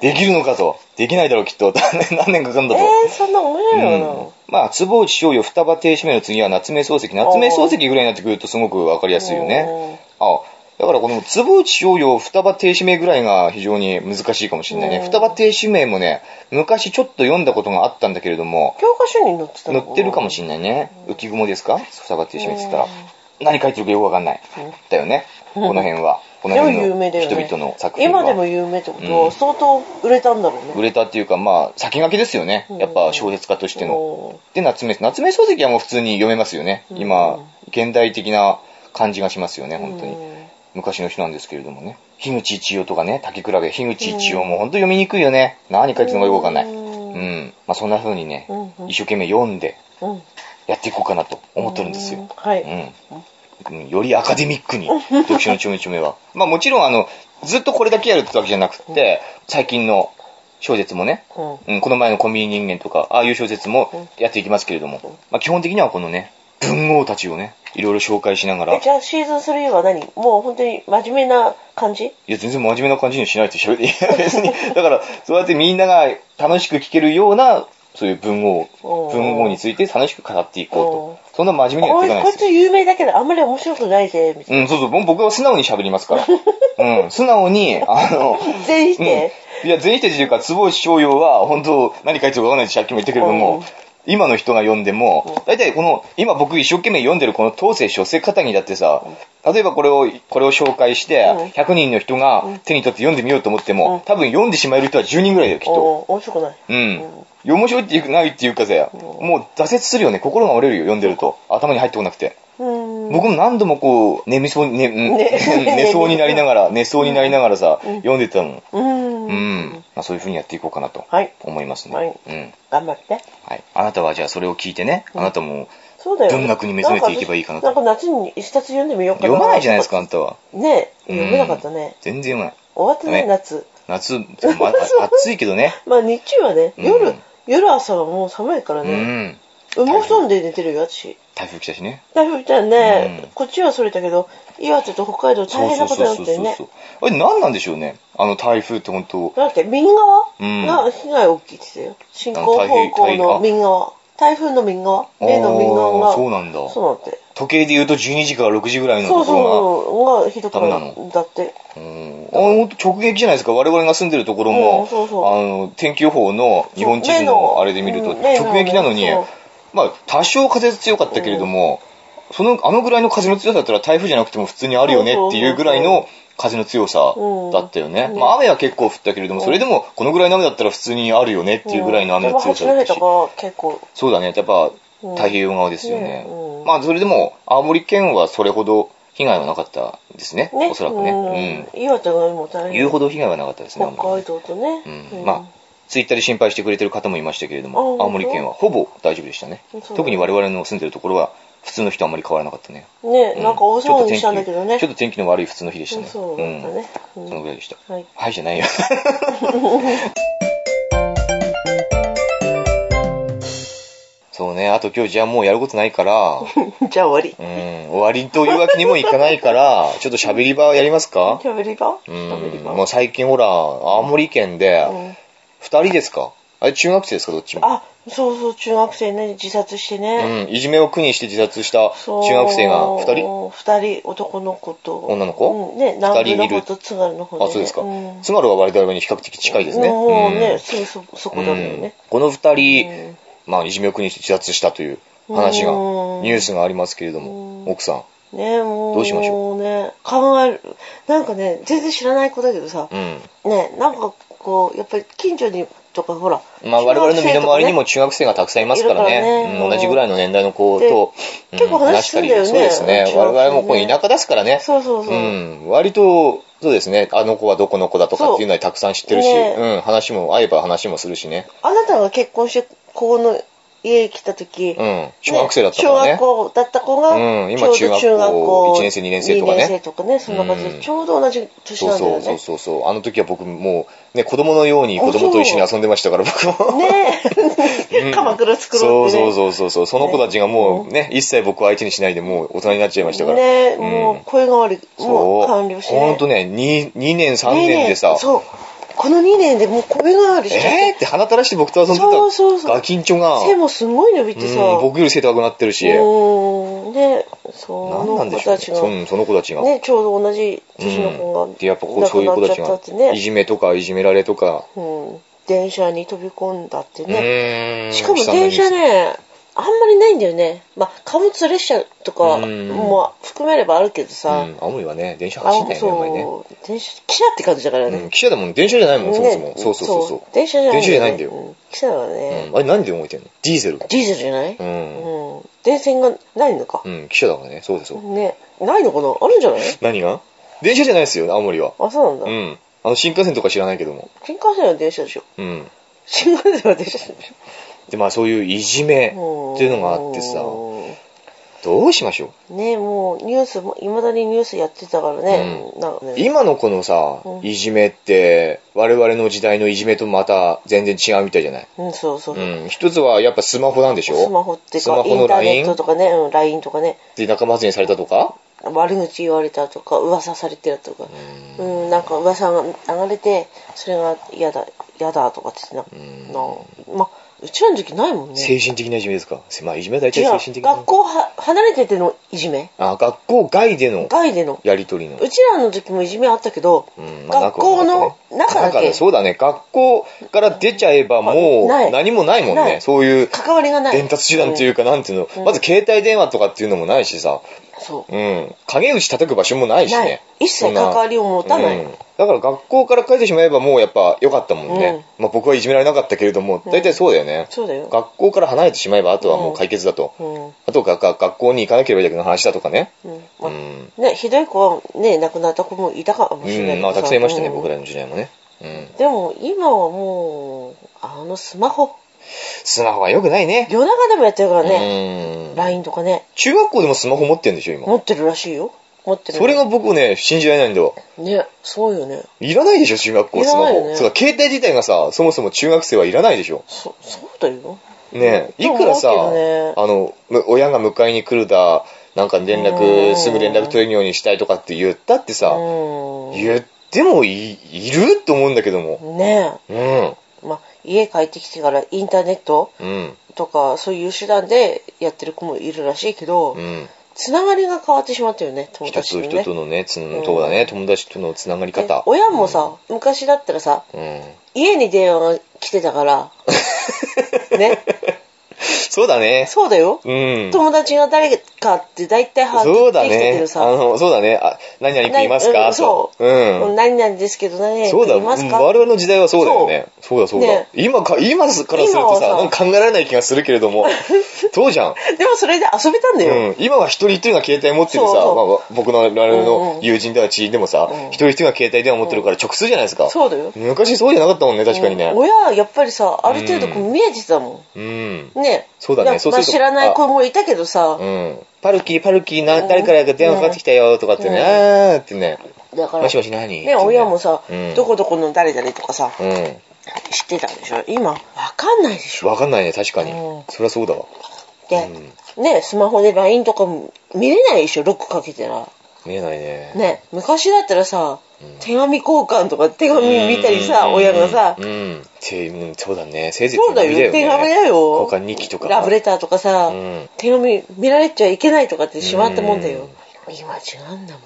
S1: できるのかと。できないだろうきっと。 何年かかるんだと。
S2: えー、そんな面白い
S1: うん
S2: のか
S1: まあ、坪内醤油、双葉亭締めの次は夏目漱石。夏目漱石ぐらいになってくるとすごくわかりやすいよね。あだからこの坪内醤油、双葉亭締めぐらいが非常に難しいかもしれないね
S2: う。ん
S1: 双葉亭締めもね、昔ちょっと読んだことがあったんだけれども
S2: な、教科書に載ってた
S1: 載
S2: のかな
S1: ってるかもしれないね。浮雲ですか双葉亭締めって言ったら
S2: うん。
S1: 何書いてるかよくわかんない
S2: うん。
S1: だよね。この辺は。この
S2: でも
S1: 辺
S2: 有
S1: の
S2: 名だよね
S1: 人々の作品は。
S2: 今でも有名ってこと
S1: う
S2: は
S1: ん
S2: 相当売れたんだろうね、
S1: 売れたっていうか、まあ、先駆けですよね。やっぱ小説家としての。
S2: の
S1: で、夏目、夏目漱石はもう普通に読めますよね。
S2: うん
S1: 今、現代的な感じがしますよね、本当に。
S2: に
S1: 昔の人なんですけれどもね。樋口一葉とかね、竹比べ、樋口一葉も本当読みにくいよね。何書いてるのかよくわかんない。
S2: うん
S1: うん。まあそんな風にね
S2: うんうん、
S1: 一生懸命読んで
S2: うん
S1: やっていこうかなと思ってるんです
S2: うん
S1: よ。
S2: はい、
S1: うんうん。よりアカデミックに、読書のちょめちょめは。 まあもちろんあの、ずっとこれだけやるってわけじゃなくて、最近の小説もね、
S2: うん
S1: うん、この前のコンビニ人間とか、ああいう小説もやっていきますけれども、まあ、基本的にはこのね、文豪たちをね、いろいろ紹介しながら、
S2: え
S1: い
S2: じゃあシーズン3は何もう本当に真面目な感じ
S1: や、全然真面目な感じにしないと喋って、い や別に、だから、そうやってみんなが楽しく聞けるような、そういう文豪、
S2: おー
S1: 文豪について楽しく語っていこうと。そんな真面目にはやっ
S2: お
S1: て
S2: い
S1: いかない
S2: こ
S1: で
S2: い
S1: す
S2: つ。有名だけどあんまり面白くないぜみたい
S1: うん、そうそう、もう僕は素直に喋りますから。うん、素直に、あの、
S2: な全員して、
S1: うん、いや、全否定というか、坪内逍遥は、本当何書いてるかわからないし、さっきも言ったけれど
S2: うん
S1: も、今の人が読んでも、大体この、今僕一生懸命読んでるこの当世書生方にだってさ、例えばこれを、これを紹介して
S2: うん、
S1: 100人の人が手に取って読んでみようと思って
S2: うん
S1: も、多分読んでしまえる人は10人ぐらいだよ、きっと。
S2: お面白くない、
S1: うん。面白いっていうかないっていうかさ、
S2: ん
S1: もう挫折するよね。心が折れるよ、読んでると。頭に入ってこなくて。
S2: うん
S1: 僕も何度もこう、眠そうに、ねうん
S2: ね
S1: 寝そうになりながら、寝そうになりながらさ、
S2: うん
S1: 読んでたもん。
S2: うん。
S1: うん。まあそういう風にやっていこうかなと
S2: はい。
S1: 思いますね。
S2: はい
S1: うん。
S2: 頑張って。
S1: はい。あなたはじゃあそれを聞いてね、あなたも
S2: そうだよ。
S1: 文学に目覚めていけばいいかなと
S2: んか私なんか夏に一冊読んでみようかな。
S1: 読まないじゃないですか、あ。なたは。
S2: ね
S1: うん
S2: 読めなかったね。
S1: 全然読まない。
S2: 終わったね、
S1: ね
S2: 夏。
S1: 夏、まあ暑いけどね。
S2: まあ日中はね、
S1: うん
S2: 夜、夜朝はもう寒いから
S1: う
S2: ね。
S1: ん。
S2: 羽毛布団で寝てるよ、私。
S1: 台風来たしね。
S2: 台風来たらね、
S1: うん
S2: こっちはそれだけど、岩手と北海道大変なことになってるね。
S1: う。あれ何なんでしょうね。あの台風って本当。
S2: だって、右側
S1: うん
S2: が被害大きいって言ってたよ。進行
S1: あの台
S2: 方
S1: 風
S2: 向の右側。台風の右側。例の右側
S1: あ
S2: が。
S1: ーそうなんだ。
S2: そうなんだって。
S1: 時計で言うと12時から6時ぐらいの
S2: そ
S1: と
S2: う
S1: ころ
S2: そう、がひどくな
S1: ダメな
S2: る。だって。
S1: が。うんあ本当直撃じゃないですか。我々が住んでるところ
S2: う
S1: も
S2: ん、そうそう
S1: あの、天気予報の日本地図のあれで見ると、
S2: そう目のうん
S1: 直撃なのに
S2: 目のね、
S1: まあ、多少風強かったけれども、その、あのぐらいの風の強さだったら台風じゃなくても普通にあるよねっていうぐらいの風の強さだったよね。
S2: うん
S1: まあ、雨は結構降ったけれども、それでもこのぐらいの雨だったら普通にあるよねっていうぐらいの雨の強さだった
S2: でも八戸
S1: し
S2: と。かは結構。
S1: そうだね。やっぱ、
S2: うん
S1: 太平洋側ですよね。
S2: ねうん
S1: まあ、それでも、青森県はそれほど被害はなかったですね。
S2: ね。
S1: おそらくね。
S2: うん。岩手が今
S1: う
S2: 大
S1: ん。言う
S2: 変。
S1: ほど被害はなかったですね。
S2: 北海道とね。
S1: うんまあ、ツイッターで心配してくれてる方もいましたけれども、
S2: あ
S1: 青森県はほぼ大丈夫でしたね
S2: そう。だ
S1: 特に我々の住んでるところは、普通の人あんまり変わらなかったね。
S2: あ。ね、
S1: うん
S2: なんか大騒ぎしたんだけどね。
S1: ちょっと天気の悪い普通の日でしたね。
S2: そうだったね。う
S1: うんんそのぐらいでした。
S2: はい。
S1: はいじゃないよ。そうね、あと今日じゃあもうやることないから、
S2: じゃあ終わ
S1: うん、終わりというわけにもいかないから、ちょっと喋り場やります
S2: り。
S1: か
S2: しゃべり場し
S1: う
S2: ゃべり
S1: ん、
S2: 場。
S1: もう最近ほら、青森県で、
S2: うん
S1: 二人ですかあれ中学生ですかどっちも。
S2: あ、そうそう、中学生ね、自殺してね。
S1: うん、いじめを苦にして自殺した
S2: そう
S1: 中学生が二人
S2: 二人、男の子と。
S1: 女の子
S2: うん、ね、
S1: 人
S2: 南部の子と津軽の方で、ね。
S1: あ、そうですか。
S2: ん
S1: 津軽は我々に比較的近いですね。
S2: もうね、
S1: うん
S2: すぐそそこだよね。
S1: うんこの二人、
S2: うん
S1: まあ、いじめを苦にして自殺したという話が、
S2: うん
S1: ニュースがありますけれど
S2: うん
S1: も、奥さ
S2: ねもう。
S1: どうしましょう
S2: もうね、考える。なんかね、全然知らない子だけどさ
S1: ん。、うん。
S2: ね、なんかこう、やっぱり近所にとかほら、
S1: まあ、我々の身の回りにも
S2: 中
S1: 中学生がたくさんいますから
S2: いるからね
S1: ね。うん
S2: うん
S1: 同じぐらいの年代の子と、うん
S2: 結構話すんだよね
S1: そうですね。
S2: 中学生ね
S1: 我々もこう田舎ですからね
S2: 学。生とかね、そうそうそう。
S1: うん。割と、そうですね。あの子はどこの子だとかっていうのはたくさん知ってるし、
S2: そうね
S1: うん。話も、会えば話もするしね。
S2: あなたが結婚して、ここの家に来た時、
S1: うん。小学生だったから
S2: ね
S1: ね。
S2: 小学校だった子が、
S1: うん今
S2: ちょうど中学校
S1: 中学校一年生二年生とかね
S2: 二年生とかねそんな感じで、
S1: うん
S2: ちょうど同じ年
S1: そ
S2: な
S1: うん
S2: だよ
S1: そ
S2: ね
S1: うそうそうそう。あの時は僕もう、ね、子供のように子供と一緒に遊んでましたから、僕も。
S2: ねえ、鎌倉作ろ
S1: そうう
S2: って、ね。
S1: そうそうそうそう。その子たちがもうね、一切僕を相手にしないでもう大人になっちゃいましたから。
S2: ねえ、
S1: うん
S2: もう声変わり、も
S1: そうう。
S2: 完了して、
S1: ほんとね、2, 2年、3
S2: 二
S1: 年でさ、
S2: そう。この2年でもう声変わりし
S1: え
S2: て、
S1: ーって鼻垂らして僕と遊んでた
S2: そうそうそう
S1: ガキンチョが、
S2: 背もすごい伸びてさ、
S1: うん僕より背高くなってるし、
S2: うん、で、そ
S1: 何な
S2: の
S1: んで
S2: 子
S1: しょう
S2: た
S1: ね
S2: ち
S1: そ
S2: が、
S1: うんその子たちが。
S2: ね、ちょうど同じ
S1: う
S2: 年の子
S1: ん、
S2: が、
S1: でやっぱこうそういう子たち
S2: 亡くなっちゃったって
S1: が、い
S2: ね、
S1: じめとかいじめられとか、
S2: うん、電車に飛び込んだって
S1: うー
S2: ね。
S1: ん
S2: しかも電車ね、あんまりないんだよね。まあ、貨物列車とか
S1: うん
S2: も含めればあるけどさ、
S1: うん、青森はね電車
S2: あ
S1: 走んないねあんまりね
S2: そう、電車、汽車って感じだから
S1: うん
S2: ね。
S1: 汽車だもん電車じゃないもんそもそも、
S2: ね
S1: そうそうそうそう
S2: 電車じゃな
S1: 電
S2: い。
S1: 車じゃないんだよ
S2: う。汽車は
S1: う
S2: ね
S1: ん、、あれ何で動いてんのディーゼル
S2: ディーゼルじゃない
S1: うん、
S2: うん。電線がないのか
S1: う。ん、汽車だからねそうですよ、
S2: ね、ないのかなあるんじゃない
S1: 何が電車じゃないですよ青森は
S2: あ、そうなん
S1: う
S2: だ。
S1: んあの新幹線とか知らないけども
S2: 新幹線は電車でしょ。
S1: うん
S2: 新幹線は電車でし
S1: でまあそういういじめ
S2: ょ。
S1: っていうのがあってさ
S2: うん
S1: どうしましょ
S2: ね、もうニュースも、いまだにニュースやってたからね。なんか
S1: う
S2: ね
S1: 今のこのさ
S2: うん
S1: いじめって我々の時代のいじめとまた全然違うみたいじゃない
S2: うん、そうそう。
S1: うん一つはやっぱスマホなんでしょ
S2: スマホっていう
S1: ス
S2: か
S1: マ、
S2: イ
S1: ホ
S2: ン
S1: の
S2: ターネッ
S1: LINE
S2: トとかね、うん、LINE とかね、
S1: で仲間外れにされたとか
S2: 悪口言われたとか、噂されてるとか、
S1: う
S2: うん、なんか噂が流れて、それが嫌だ、嫌だとかって言って
S1: ん
S2: な、なま、うちらの時ないもんね。
S1: 精神的ないじめですかまあいじめは大体
S2: 違
S1: 精
S2: う
S1: 神的な
S2: 学校は離れててのいじめ
S1: あ学校外での
S2: 外での。
S1: やり取りの
S2: うちらの時もいじめあったけど、
S1: うんまあ
S2: 学校の中だけ、
S1: そうだね学校から出ちゃえばもう
S2: ない
S1: 何もないもん
S2: ない
S1: ねそういう
S2: 関わりがない。
S1: 伝達手段といううかなんていう
S2: うん
S1: のまず携帯電話とかっていうのもないしさ
S2: んそう。
S1: うん陰口叩く場所もないし
S2: な
S1: ね
S2: い。一切関わりを持たない。
S1: うんだから学校から帰ってしまえばもうやっぱ良かったもんねまあ僕はいじめられなかったけれども大体そうだよね
S2: そうだよ。
S1: 学校から離れてしまえばあとはもう解決だと
S2: うん。
S1: あとがが学校に行かなければいけなの話だとかね。
S2: うんま
S1: う
S2: あ
S1: ん。
S2: ね、ひどい子はね、亡くなった子もいたかもしれな
S1: う
S2: い
S1: ん、まあ、たくさんいましたね、
S2: うん
S1: 僕らの時代もね。うん。
S2: でも、今はもう、あのスマホ、
S1: スマホが良くないね。
S2: 夜中でもやってるからね、
S1: うん。
S2: LINE とかね、
S1: 中学校でもスマホ持ってんでしょ、今。
S2: 持ってるらしいよ。持ってる。
S1: それが僕ね、信じられないんだわ。
S2: ね、そうよね。
S1: いらないでしょ、中学校、
S2: い
S1: ス
S2: ら
S1: マ
S2: ないよね
S1: ホ。そうか、携帯自体がさ、そもそも中学生はいらないでしょ。
S2: そ、そうだよ。
S1: ねえ、
S2: う
S1: い
S2: ん
S1: くらさ、
S2: と思うけどね
S1: あの、む親が迎えに来るだ、なんか連絡、
S2: うん
S1: すぐ連絡取れるようにしたいとかって言ったってさ、
S2: う
S1: 言ってもいいると思うんだけども。
S2: ん。ね
S1: うん。
S2: え、まあ、家帰ってきてからインターネット
S1: うん。
S2: とか、そういう手段でやってる子もいるらしいけど、
S1: うん。
S2: つながりが変わってしまったよね、友
S1: 一
S2: 達
S1: つ
S2: のね。
S1: 人とのね、つ
S2: うん
S1: そうだね、友達とのつながり
S2: で
S1: 方。
S2: 親もさ、昔だったらさ、
S1: うん。
S2: 家に電話が来てたから、ね、
S1: そうだね。
S2: そうだよ。
S1: うん。
S2: 友達が誰かって大体把
S1: そう
S2: 握
S1: だ
S2: できてて
S1: ね
S2: る。さ、
S1: あの、そうだね。あ、何々君います
S2: な
S1: か
S2: うん
S1: と
S2: そう
S1: うん。
S2: 何々ですけど何
S1: そう
S2: 々
S1: だ、
S2: 君
S1: う
S2: い
S1: ん
S2: ます
S1: 我
S2: か
S1: 々の時代はそうだよね。そうだそうだ、
S2: ね
S1: 今か、今からするとさ、
S2: 今はさ
S1: なんか考えられない気がするけれど も、そうじゃん。
S2: でもそれで遊べたんだよ。
S1: うん、今は一人一人が携帯持っててさ、
S2: そうそう
S1: まあわ僕の我々
S2: うんう
S1: の
S2: ん
S1: 友人では知人でもさ、
S2: うん
S1: 一人一人が携帯電話持ってるから直通じゃないですか。
S2: そうだよ。
S1: 昔そうじゃなかったもんね、確かにね
S2: うん。親はやっぱりさ、ある程度こ
S1: う
S2: う見えてたも
S1: うん。
S2: ん。ね。
S1: そうだね
S2: な
S1: そう
S2: まあ
S1: すると
S2: 知らない子もいたけどさ、
S1: うん。パルキー、パルキーな、
S2: うん
S1: 誰からか電話かかってきたよ、とかってね、
S2: うん
S1: あーってね、
S2: だから、
S1: もしもし何って
S2: ね、親もさ、
S1: うん
S2: どこどこの誰々とかさ、
S1: う
S2: 知ってたんでしょ。今、わかんないでし
S1: ん。
S2: ょ。
S1: わかんないね、確かに。
S2: うん
S1: そりゃそうだわ。
S2: で、ね、スマホで LINE とかも見れないでしょ、ロックかけてら。
S1: 見えないね。
S2: ね、昔だったらさ、
S1: うん
S2: 手紙交換とか手紙見たりさ、
S1: うん
S2: 親がさ
S1: う、ん。手うんそうだね。せいぜい
S2: そうだよ、手紙だよ。
S1: 他2期とか。
S2: ラブレターとかさ、
S1: うん
S2: 手紙見られちゃいけないとかってしまったもんだよ。今違うんだもん。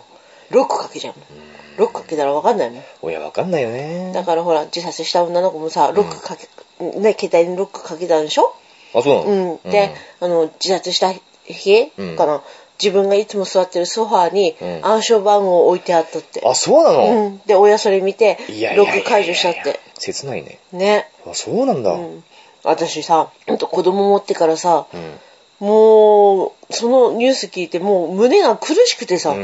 S2: ロックかけちゃうもん。ロックかけたらわかんないもん。
S1: 親わかんないよね。
S2: だからほら、自殺した女の子もさ、ロックかけ、ね、携帯にロックかけたんでしょ
S1: あ、そうなの
S2: うん、で、あの自殺した日
S1: うん
S2: かな、自分がいつも座ってるソファーに
S1: うん
S2: 暗証番号を置いてあったって、
S1: あ、そうな
S2: う
S1: の
S2: ん、で親それ見て
S1: いやいやいやいや
S2: ロック解除したって。
S1: 切ないね。
S2: ね、
S1: あ、そうなんだ。
S2: う
S1: うん。
S2: ん、私さほんと子供持ってからさ
S1: うん。
S2: もうそのニュース聞いてもう胸が苦しくてさ、
S1: あ
S2: も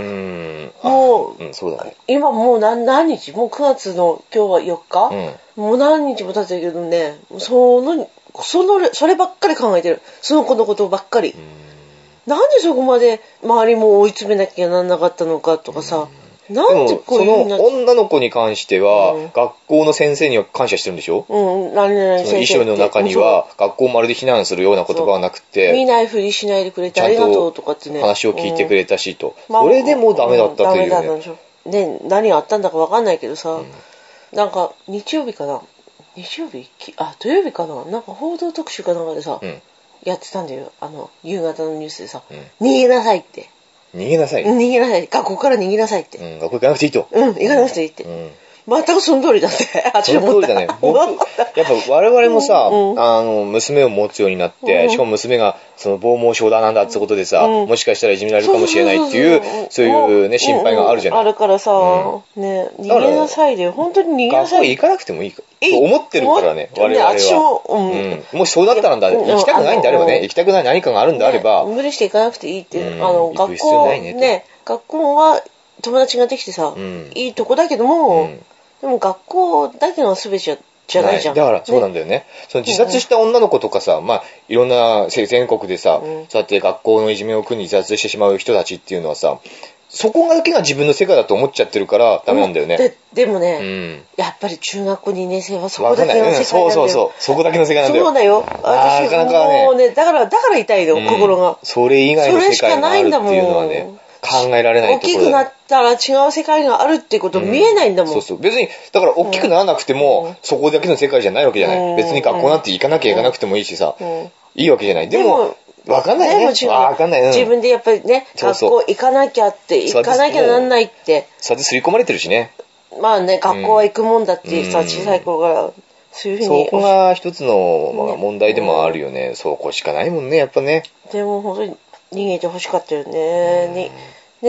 S1: う
S2: う
S1: ん、そうだね。
S2: 今もう何何日もう9月の今日は4日、
S1: うん。
S2: もう何日も経ってるけどねそのそのそればっかり考えてるその子のことばっかり、なんでそこまで周りも追い詰めなきゃなんなかったのかとかさ、
S1: で
S2: なんで
S1: も、
S2: こう
S1: そ
S2: いうふう
S1: の
S2: になっ
S1: 女の子に関して
S2: う
S1: は
S2: ん、
S1: 学校の先生には感謝してるんでしょ
S2: うん、何々
S1: その衣
S2: 先生
S1: 装
S2: って
S1: の中には、学校をまるで非難するような言葉はなく
S2: そう見
S1: て、
S2: ないふりしないでくれ
S1: ち
S2: て
S1: ゃ
S2: あ
S1: ん
S2: りがとうとかって
S1: と
S2: ね
S1: 話を聞いてく
S2: れ、
S1: れたしと。
S2: まあ
S1: それでもダメだったとい
S2: ん
S1: う
S2: ダメだ
S1: ね
S2: ったんで。しょね何があったんだかわかんないけどさ、なんか日曜日かな日曜日きあ土曜日かななんか報道特集かなんかでさ、
S1: うん。
S2: やってたんだよあの夕方のニュースでさ、
S1: うん
S2: 逃げなさいって
S1: 逃げなさい。
S2: 逃げなさい学校から逃げなさいって
S1: うん、学校行かなくていいと。
S2: うん、行かなくていいって、
S1: うん。
S2: 全くその通りだって。あ
S1: その通りだね。僕、やっぱ我々もさ、
S2: うん
S1: あの、娘を持つようになって、
S2: うん
S1: しかも娘が、その、防毛症だなんだってことでさ、
S2: うん
S1: もしかしたらいじめられるかもしれないっていう、そういうね、心配があるじゃない。
S2: あるからさ、ね、逃げなさいで、本当に逃げな
S1: 学
S2: さ
S1: 校
S2: い。
S1: 行かなくてもいいか、と思ってるからね、我
S2: ね
S1: 々は。
S2: 私も、うん。
S1: うんもしそうだったらだ、
S2: いやうん
S1: 行きたくないんであれば
S2: あ
S1: ね、
S2: の
S1: 行きたくない何かがあるんであれば、
S2: 無理して行かなくていいって、
S1: うん
S2: あの、
S1: 行く
S2: 学
S1: 必要
S2: 校、
S1: ないね
S2: ね
S1: と
S2: 学校は友達ができてさ、
S1: うん
S2: いいとこだけど
S1: う
S2: も、
S1: ん
S2: でも学校だけが全てじゃじゃないじゃん。
S1: だから、そうなん
S2: ね
S1: だよね。その自殺した女の子とかさ、まあ、いろんなせ全国でさ、
S2: うん
S1: そうやって学校のいじめを苦に自殺してしまう人たちっていうのはさ、そこだけが自分の世界だと思っちゃってるから、ダメなんだよね。
S2: で、でも
S1: う
S2: ね、
S1: ん。
S2: やっぱり中学校2年生はそこ
S1: わか
S2: だ
S1: んな
S2: け
S1: い。
S2: の世界
S1: う
S2: なんだ
S1: ん、そ
S2: よ。
S1: うそうそう。そこだけの世界なんだよ。
S2: そうだよ。
S1: あー
S2: 私、
S1: なかなかね
S2: もうね、だから、だから痛いの、
S1: うん
S2: 心が。
S1: それ以外の世
S2: それし
S1: 界
S2: か
S1: が
S2: な
S1: あ
S2: い
S1: るっ
S2: ん
S1: て
S2: だもん
S1: いうのはね、考えられない
S2: 大
S1: とこ
S2: き
S1: ろだ
S2: く
S1: よ
S2: なったら違う世界があるってこと見えないんだもん。
S1: そうそう。別に、だから大きくならなくても、
S2: うん
S1: そこだけの世界じゃないわけじゃない。
S2: うん
S1: 別に学校なんて行かなきゃ行かなくてもいいしさ、
S2: うん
S1: いいわけじゃない。でも、わかんないね。
S2: でも違う
S1: わかんない。うん
S2: 自分でやっぱりね、
S1: そうそう
S2: 学校行かなきゃって、
S1: そう
S2: 行かなきゃなんないって、
S1: さて刷り込まれてるしね。
S2: まあね、学校は行くもんだってさ、
S1: うん
S2: 小さい頃から、そういうふう
S1: そ
S2: に。
S1: こが一つの、まあ
S2: ね
S1: 問題でもあるよね。そこしかないもんね、やっぱね。
S2: でも本当に逃げてほしかったよね。に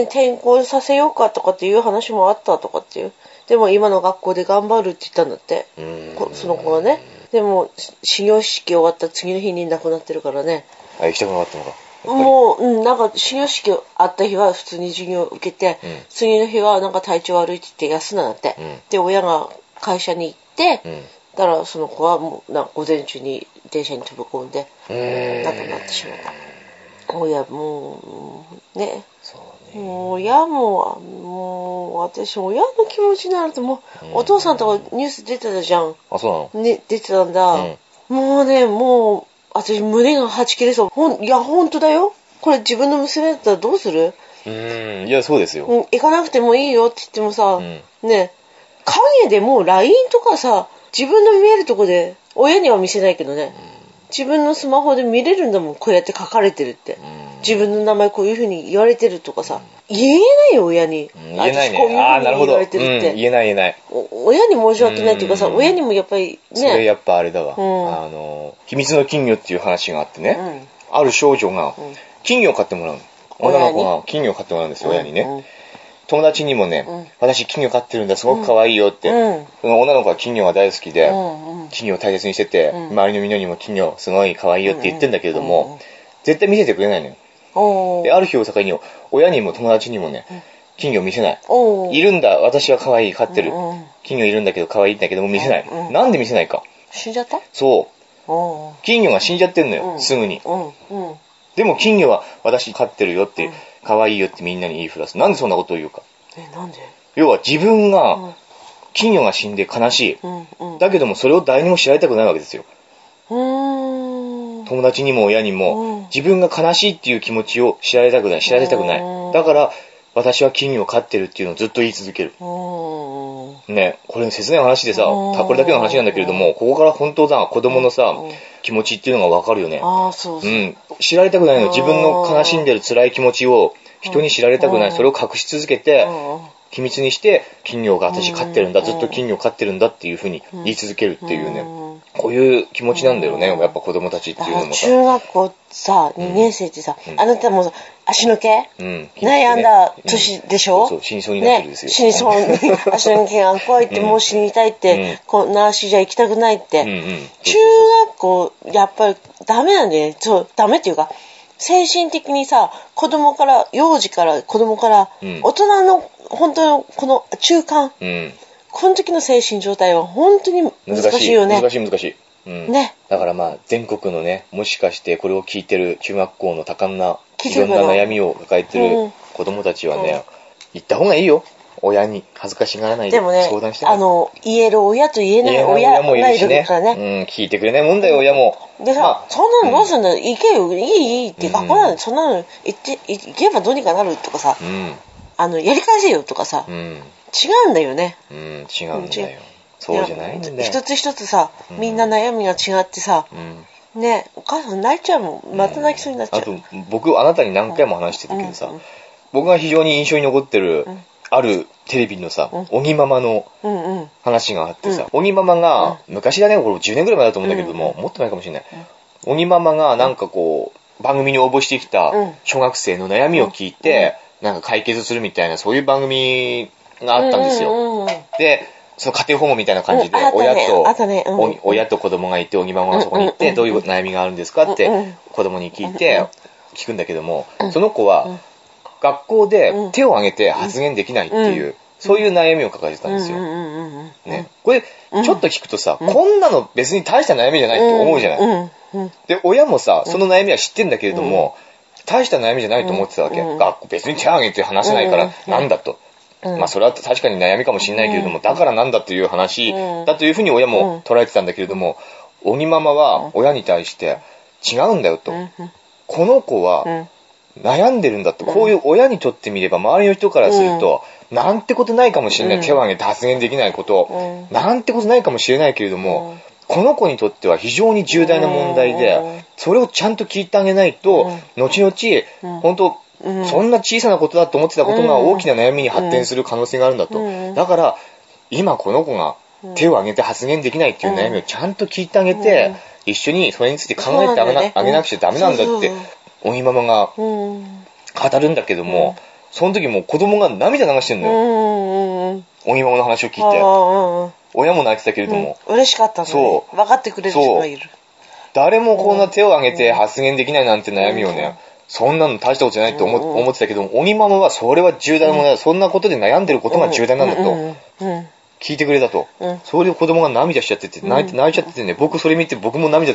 S2: ね、転校させようかとかっていう話もあったとかっていう。でも今の学校で頑張るって言ったんだって。
S1: うん。
S2: こその子がね。でも、し始業式終わった次の日に亡くなってるからね。
S1: あ、行きたくなかったのか。ぱり
S2: もう、うん、なんか、始業式あった日は普通に授業受けて、
S1: うん
S2: 次の日はなんか体調悪いって言って休んだんだって。
S1: うん
S2: で、親が会社に行って、
S1: うん
S2: だからその子はもう、なんか午前中に電車に飛び込んで、
S1: うーん
S2: なんかなってしまった。親もう、ね、
S1: そうね
S2: もう親も、もう、私、親の気持ちになると、もう、お父さんとかニュース出てたじゃん。
S1: あそうなの
S2: ね、出てたんだ。
S1: うん
S2: もうね、もう、私、胸がはち切れそう。ほん、いや、ほんとだよ。これ自分の娘だったらどうする
S1: うーんいやそうですよ
S2: うん、行かなくてもいいよって言ってもさ、
S1: ん
S2: ね、影でもう LINE とかさ、自分の見えるとこで、親には見せないけどね、自分のスマホで見れるんだもん、こうやって書かれてるって。
S1: うん
S2: 自分の名前こういうふうに言われてるとかさ、言えないよ、親に。
S1: うん言えない
S2: 私こういうふう
S1: ね
S2: に
S1: ああーなるほ
S2: 言
S1: ど、
S2: わ
S1: う
S2: れ
S1: ん、
S2: てる
S1: 言
S2: って、
S1: えない言えない
S2: お親に申し訳ないっていうかさ、
S1: うん
S2: 親にもやっぱり
S1: それ
S2: ね、
S1: やっぱあれだわ、
S2: うん
S1: あの秘密の金魚っていう話があってね、
S2: うん
S1: ある少女が
S2: ん
S1: 金魚を買ってもらうの女の子が金魚を買ってもらうんですよ、親にね、友達にもね、
S2: ん
S1: 私金魚飼ってるんだすごく可愛いよって、
S2: うん
S1: その女の子は金魚が大好きで、
S2: うんうん
S1: 金魚を大切にしてて、
S2: ん
S1: 周りのみんなにも金魚すごい可愛いよって言ってんだけれども、
S2: うんうん
S1: 絶対見せてくれないのよ
S2: お
S1: で
S2: ー
S1: ある日を境に親にも友達にもね、金魚見せない、
S2: おー
S1: いるんだ私は可愛い飼ってる、
S2: うんうん
S1: 金魚いるんだけど可愛いんだけども見せない、
S2: うんうん
S1: なんで見せないか
S2: 死んじゃった
S1: そう
S2: おー
S1: 金魚が死んじゃってんのよ、
S2: うん
S1: すぐに
S2: うんうん
S1: でも金魚は私飼ってるよって、可愛いよってみんなに言いふらすなんでそんなことを言うか
S2: えなんで
S1: 要は自分
S2: うん
S1: が金魚が死んで悲しい、
S2: うんうん
S1: だけどもそれを誰にも知られたくないわけですよ
S2: うーん
S1: 友達にも親に
S2: うん
S1: も自分が悲しいっていう気持ちを知られたくない知られたくな
S2: うん
S1: いだから私は金魚を飼ってるっていうのをずっと言い続ける
S2: うん
S1: ねこれ切ない話でさた
S2: うん
S1: これだけの話なんだけれどもここから本当さ子供のさ
S2: うん
S1: 気持ちっていうのがわかるよね
S2: ああそう
S1: う
S2: そう、
S1: ん知られたくないの自分の悲しんでる辛い気持ちを人に知られたくない
S2: うん
S1: それを隠し続けて
S2: うん
S1: 秘密にして金魚が私飼ってるんだ
S2: うん
S1: ずっと金魚飼ってるんだっていうふうに言い続けるっていうね
S2: うん
S1: こういう気持ちなんだよね
S2: うん
S1: やっぱ子供たちって
S2: だ
S1: い
S2: か
S1: うの
S2: ら
S1: もさ
S2: 中学校さ2年生ってさ、
S1: うん
S2: あなたもさ足の毛、
S1: うん
S2: 悩んだ年でしょ、
S1: うんそうそう死にそうになってるんですよ
S2: ね、死にそうに 足の毛が怖いって、
S1: うん
S2: もう死にたいって、
S1: うん
S2: こんな足じゃ行きたくないって、
S1: うんうん
S2: 中学校やっぱりダメなんだよねそうダメっていうか精神的にさ子供から幼児から子供から、
S1: うん
S2: 大人の本当のこの中間
S1: うん
S2: この時の精神状態は本当に難
S1: 難し
S2: し
S1: い
S2: いよね
S1: 難しい難しい、うん
S2: ね
S1: だからまあ全国のねもしかしてこれを聞いてる中学校の多感な
S2: 聞い
S1: い
S2: て
S1: ろ
S2: る
S1: ん
S2: か
S1: な
S2: な
S1: 悩みを抱えて
S2: うん
S1: る子供たちは
S2: うん
S1: ね、行った方がいいよ親に恥ずかしがらないで
S2: でもね
S1: 相談して
S2: あの言える親と言えな
S1: 言え
S2: い
S1: ない
S2: 親
S1: 親もいるし
S2: がい
S1: ね
S2: るからね
S1: うん、聞いてくれないもんだよ親も
S2: でさ、
S1: まあ
S2: そんなのどうすんだ、行けよ、いい、いいって、
S1: うん
S2: あ、こんなの、そんなの、行って、い行けばどうにかなるとかさ、
S1: うん
S2: あの、やり返せよとかさ、
S1: うん
S2: 違うんだよね。
S1: うん違うん
S2: 違
S1: だ
S2: う
S1: よそうじゃないんだよ
S2: や一つ一つさ、
S1: うん
S2: みんな悩みが違ってさ、
S1: うん
S2: ね、お母さん泣いちゃうもん。また泣きそうになっちゃう。
S1: あと僕あなたに何回も話してるけどさ、
S2: うんうん
S1: 僕が非常に印象に残ってる、
S2: うん
S1: あるテレビのさ
S2: うん
S1: 「おぎママ」の
S2: うんうん。
S1: 話があってさ、おぎママが、昔だねこれ10年ぐらい前だと思うんだけども、もっと前かもしれない、おぎママがなんかこう番組に応募してきた
S2: うん
S1: 小学生の悩みを聞いて、なんか解決するみたいなそういう番組があったんですよ、
S2: うんうんうん
S1: でその家庭訪問みたいな感じで、
S2: うんあったね
S1: 親と、
S2: あったねうん
S1: おに親と子供がいて、おぎままがそこに行って、
S2: うんうん
S1: どういう悩みがあるんですかって、
S2: うんうん
S1: 子供に聞いて、聞くんだけども、その子は、学校で手を挙げて発言できないっていう、
S2: う
S1: そういう悩みを抱えてたんです
S2: うん
S1: よ。
S2: うんうんうん。
S1: ね、これ、ちょっと聞くとさ、こんなの別に大した悩みじゃないって思うじゃない。
S2: うんうん。
S1: で、親もさ、その悩みは知ってんだけれども、大した悩みじゃないと思ってたわけ。
S2: うん
S1: 学校別に手を挙げて話せないから、なんだと。
S2: うん
S1: まあ、それは確かに悩みかもしれないけれども、だからなんだという話
S2: うん
S1: だというふうに親
S2: うん
S1: も捉えてたんだけれども、鬼ママは親に対して、違うんだよと
S2: う。んうん
S1: この子
S2: う
S1: は
S2: ん
S1: 悩んでるんだと。こういう親にとってみれば、周りの人からすると、なんてことないかもしれな
S2: う
S1: い。
S2: ん
S1: 手を挙げて発言できないこと
S2: う、ん
S1: なんてことないかもしれないけれども、
S2: うん
S1: この子にとっては非常に重大な問題
S2: うん
S1: で、それをちゃんと聞いてあげないと、後々、本当、
S2: うん
S1: そんな小さなことだと思ってたことが
S2: うん
S1: 大きな悩みに発展する可能性があるんだと。
S2: うん
S1: だから、今この子が手を挙げて発言できないっていう悩みをちゃんと聞いてあげて、一緒にそれについて考えてあげな,、あげなくちゃダメなんだって、おぎママが
S2: うんうん
S1: 語るんだけども、その時もう子供が涙流してる
S2: う
S1: のよ。
S2: んうん。
S1: おぎママの話を聞い
S2: あ
S1: て。
S2: あうん
S1: 親も泣いてたけれど
S2: う
S1: も、
S2: んうん。嬉しかったのね
S1: そう
S2: 分かってくれる人がいる。
S1: 誰もこんな手を挙げて発言できないなんて悩みをね、そんなの大したことじゃないと思,、
S2: うんうん
S1: 思ってたけど鬼ママはそれは重大な問題だ、そんなことで悩んでることが重大なんだと、
S2: うんうん
S1: 聞いてくれたと、
S2: うん
S1: それで子供が涙しちゃってて泣いて泣いちゃっててね僕それ見て僕も 涙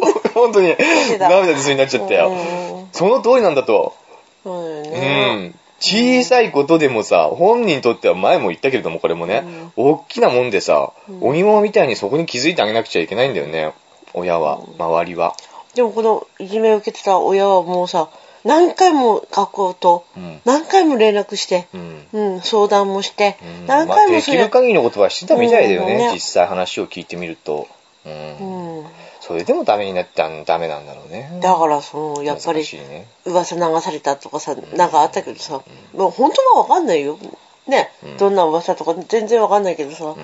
S1: 僕本当にね
S2: 出た
S1: 涙出そうになっちゃったよ、
S2: うんうん
S1: その通りなんだと
S2: そうだよ
S1: う
S2: ね
S1: ん小さいことでもさ本人にとっては前も言ったけれどもこれもね、大きなもんでさ、鬼ママみたいにそこに気づいてあげなくちゃいけないんだよね親は周りは、
S2: でもこのいじめを受けてた親はもうさ何回も学校と
S1: うん
S2: 何回も連絡して、
S1: うん
S2: うん、相談もして、
S1: うん
S2: 何回
S1: まあ
S2: も
S1: で
S2: そ
S1: き
S2: れ、
S1: る限りのことはしてたみたいだよね,、
S2: うんね
S1: 実際話を聞いてみると、うん
S2: う
S1: それでもダメになったんダメなんだろうね
S2: ん、だからそのやっぱり
S1: 難しいね
S2: 噂流されたとかさなんかあったけどさ、もう本当は分かんないよね、
S1: ん
S2: どんな噂とか全然分かんないけどさ、
S1: うん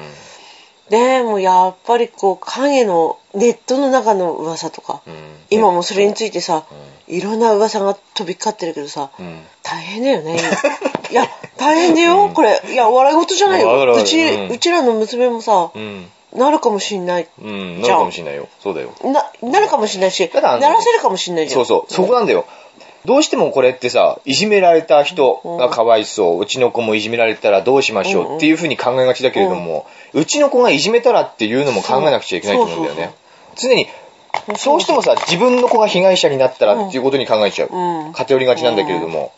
S2: でもやっぱりこう影のネットの中の噂とか、
S1: うん
S2: 今もそれについてさ、いろんな噂が飛び交ってるけどさ、
S1: うん
S2: 大変だよねいや大変だよ、これいや笑い事じゃない
S1: わかるわ
S2: よ
S1: かる
S2: うち,、
S1: う
S2: うんちらの娘もさ、
S1: うん
S2: なるかもしんない
S1: うんな
S2: じ
S1: る
S2: ゃあ
S1: かもしれないよそうだよ
S2: ななるかもしんないした
S1: だあの
S2: ならせるかもしんないじゃん
S1: そうそうそこなんだよどうしてもこれってさいじめられた人がかわいそううちの子もいじめられたらどうしましょうっていうふうに考えがちだけれどもうちの子がいじめたらっていうのも考えなくちゃいけないと思うんだよね常にそうしてもさ自分の子が被害者になったらっていうことに考えちゃ
S2: う
S1: うん偏りがちなんだけれども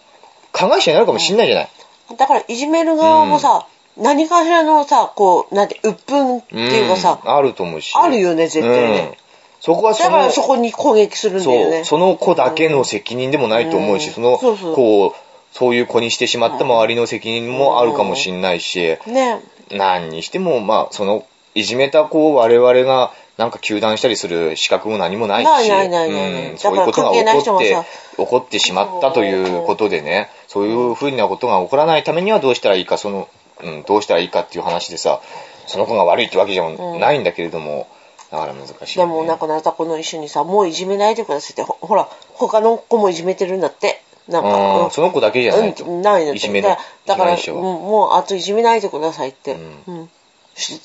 S1: 加害者になるかもしんないじゃない
S2: だからいじめる側もさ、何かしらのさこうなんて鬱憤っていうかさ、
S1: うんあると思うし
S2: あるよね絶対ね
S1: うんそこは
S2: だ
S1: そ
S2: か
S1: の
S2: らそこに攻撃するんだよ
S1: そ
S2: ね
S1: うその子だけの責任でもないと思うし、
S2: うん
S1: その
S2: そうそう
S1: こうそういう子にしてしまった周りの責任もあるかもしれないし、
S2: ね
S1: 何にしてもまあそのいじめた子を我々がなんか糾弾したりする資格も何もないし
S2: ないないないないない
S1: うんそういうことが
S2: だから関係ない
S1: 起
S2: 人
S1: こっ
S2: も
S1: て
S2: さ
S1: 起こってしまったということでねそういうふうなことが起こらないためにはどうしたらいいかその、うん、どうしたらいいかっていう話でさその子が悪いってわけじゃないんだけれども、だから難しい
S2: で
S1: よね、
S2: もなんかなたこの一緒にさもういじめないでくださいってほほら他の子もいじめてるんだってなんか、
S1: うんその子だけじゃないと。
S2: うん、ないの
S1: いじめの
S2: だだから
S1: 被害者
S2: うん
S1: は
S2: もうあといじめないでくださいって、
S1: う
S2: うんし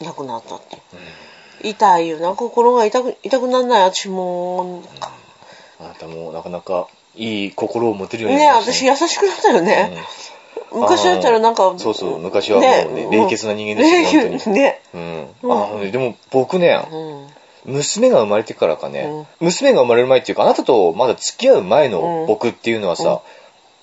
S2: なくなったって、痛いよな心が痛く痛くならない私も
S1: あなたもなかなかいい心を持てるよう
S2: ね
S1: になりました
S2: 私優しくなったよね、昔だったらなんか
S1: そうそう昔はもうね冷血な人間ですよ本当に
S2: ね
S1: うんうんあでも僕ね、
S2: うん
S1: 娘が生まれてからかね、娘が生まれる前っていうかあなたとまだ付き合う前の僕っていうのはさ、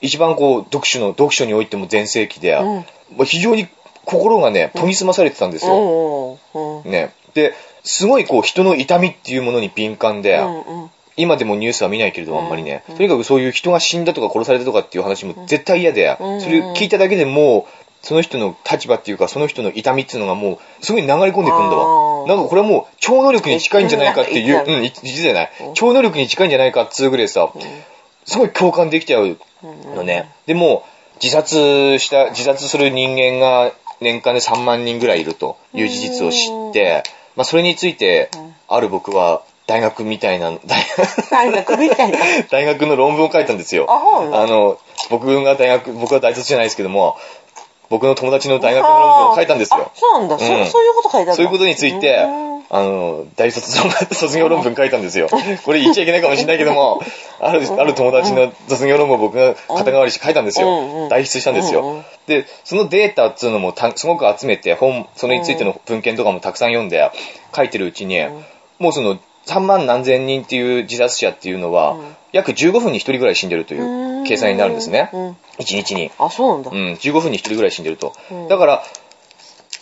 S1: 一番こう読書の読書においても全盛期で、まあ非常に心がね研ぎ澄まされてたんですよ、
S2: うんうん
S1: ねですごいこう人の痛みっていうものに敏感で、
S2: うんうん
S1: 今でもニュースは見ないけれどもあんまりね、とにかくそういう人が死んだとか殺されたとかっていう話も絶対嫌で、
S2: うん
S1: それ聞いただけでもうその人の立場っていうかその人の痛みっていうのがもうすごい流れ込んでくんだ
S2: あ
S1: わ
S2: ー
S1: なんかこれはもう超能力に近いんじゃないかっていう、
S2: うん
S1: うん、い実じゃない超能力に近いんじゃないかっつうぐらいさ、すごい共感できちゃうのね、でも自殺した自殺する人間が年間で3万人ぐらいいるという事実を知って、まあ、それについてある僕は大学みたいな大学
S2: 大学みたいな
S1: 大学の論文を書いたんですよ。
S2: あそうなの
S1: の、僕が大学、僕は大卒じゃないですけども、僕の友達の大学の論文を書いたんですよ
S2: あ。そうなんだ、そ
S1: うん
S2: そういうこと書いたんだ
S1: そういうことについて、
S2: うん
S1: あの、大卒の卒業論文書いたんですよ。これ言っちゃいけないかもしれないけど も、ある、ある友達の卒業論文を僕が肩代わりして書いたんです
S2: うんう
S1: よ。
S2: ん
S1: 代筆したんです
S2: うんう
S1: よ
S2: ん。
S1: で、そのデータっていうのもたすごく集めて、本、それについての文献とかもたくさん読んで、書いてるうちに、もうその、3万何千人っていう自殺者っていうのは、約15分に1人ぐらい死んでるという計算になるんですね。
S2: うん
S1: 1日に。
S2: あそうなんだ、
S1: うん、15分に1人ぐらい死んでると。だから、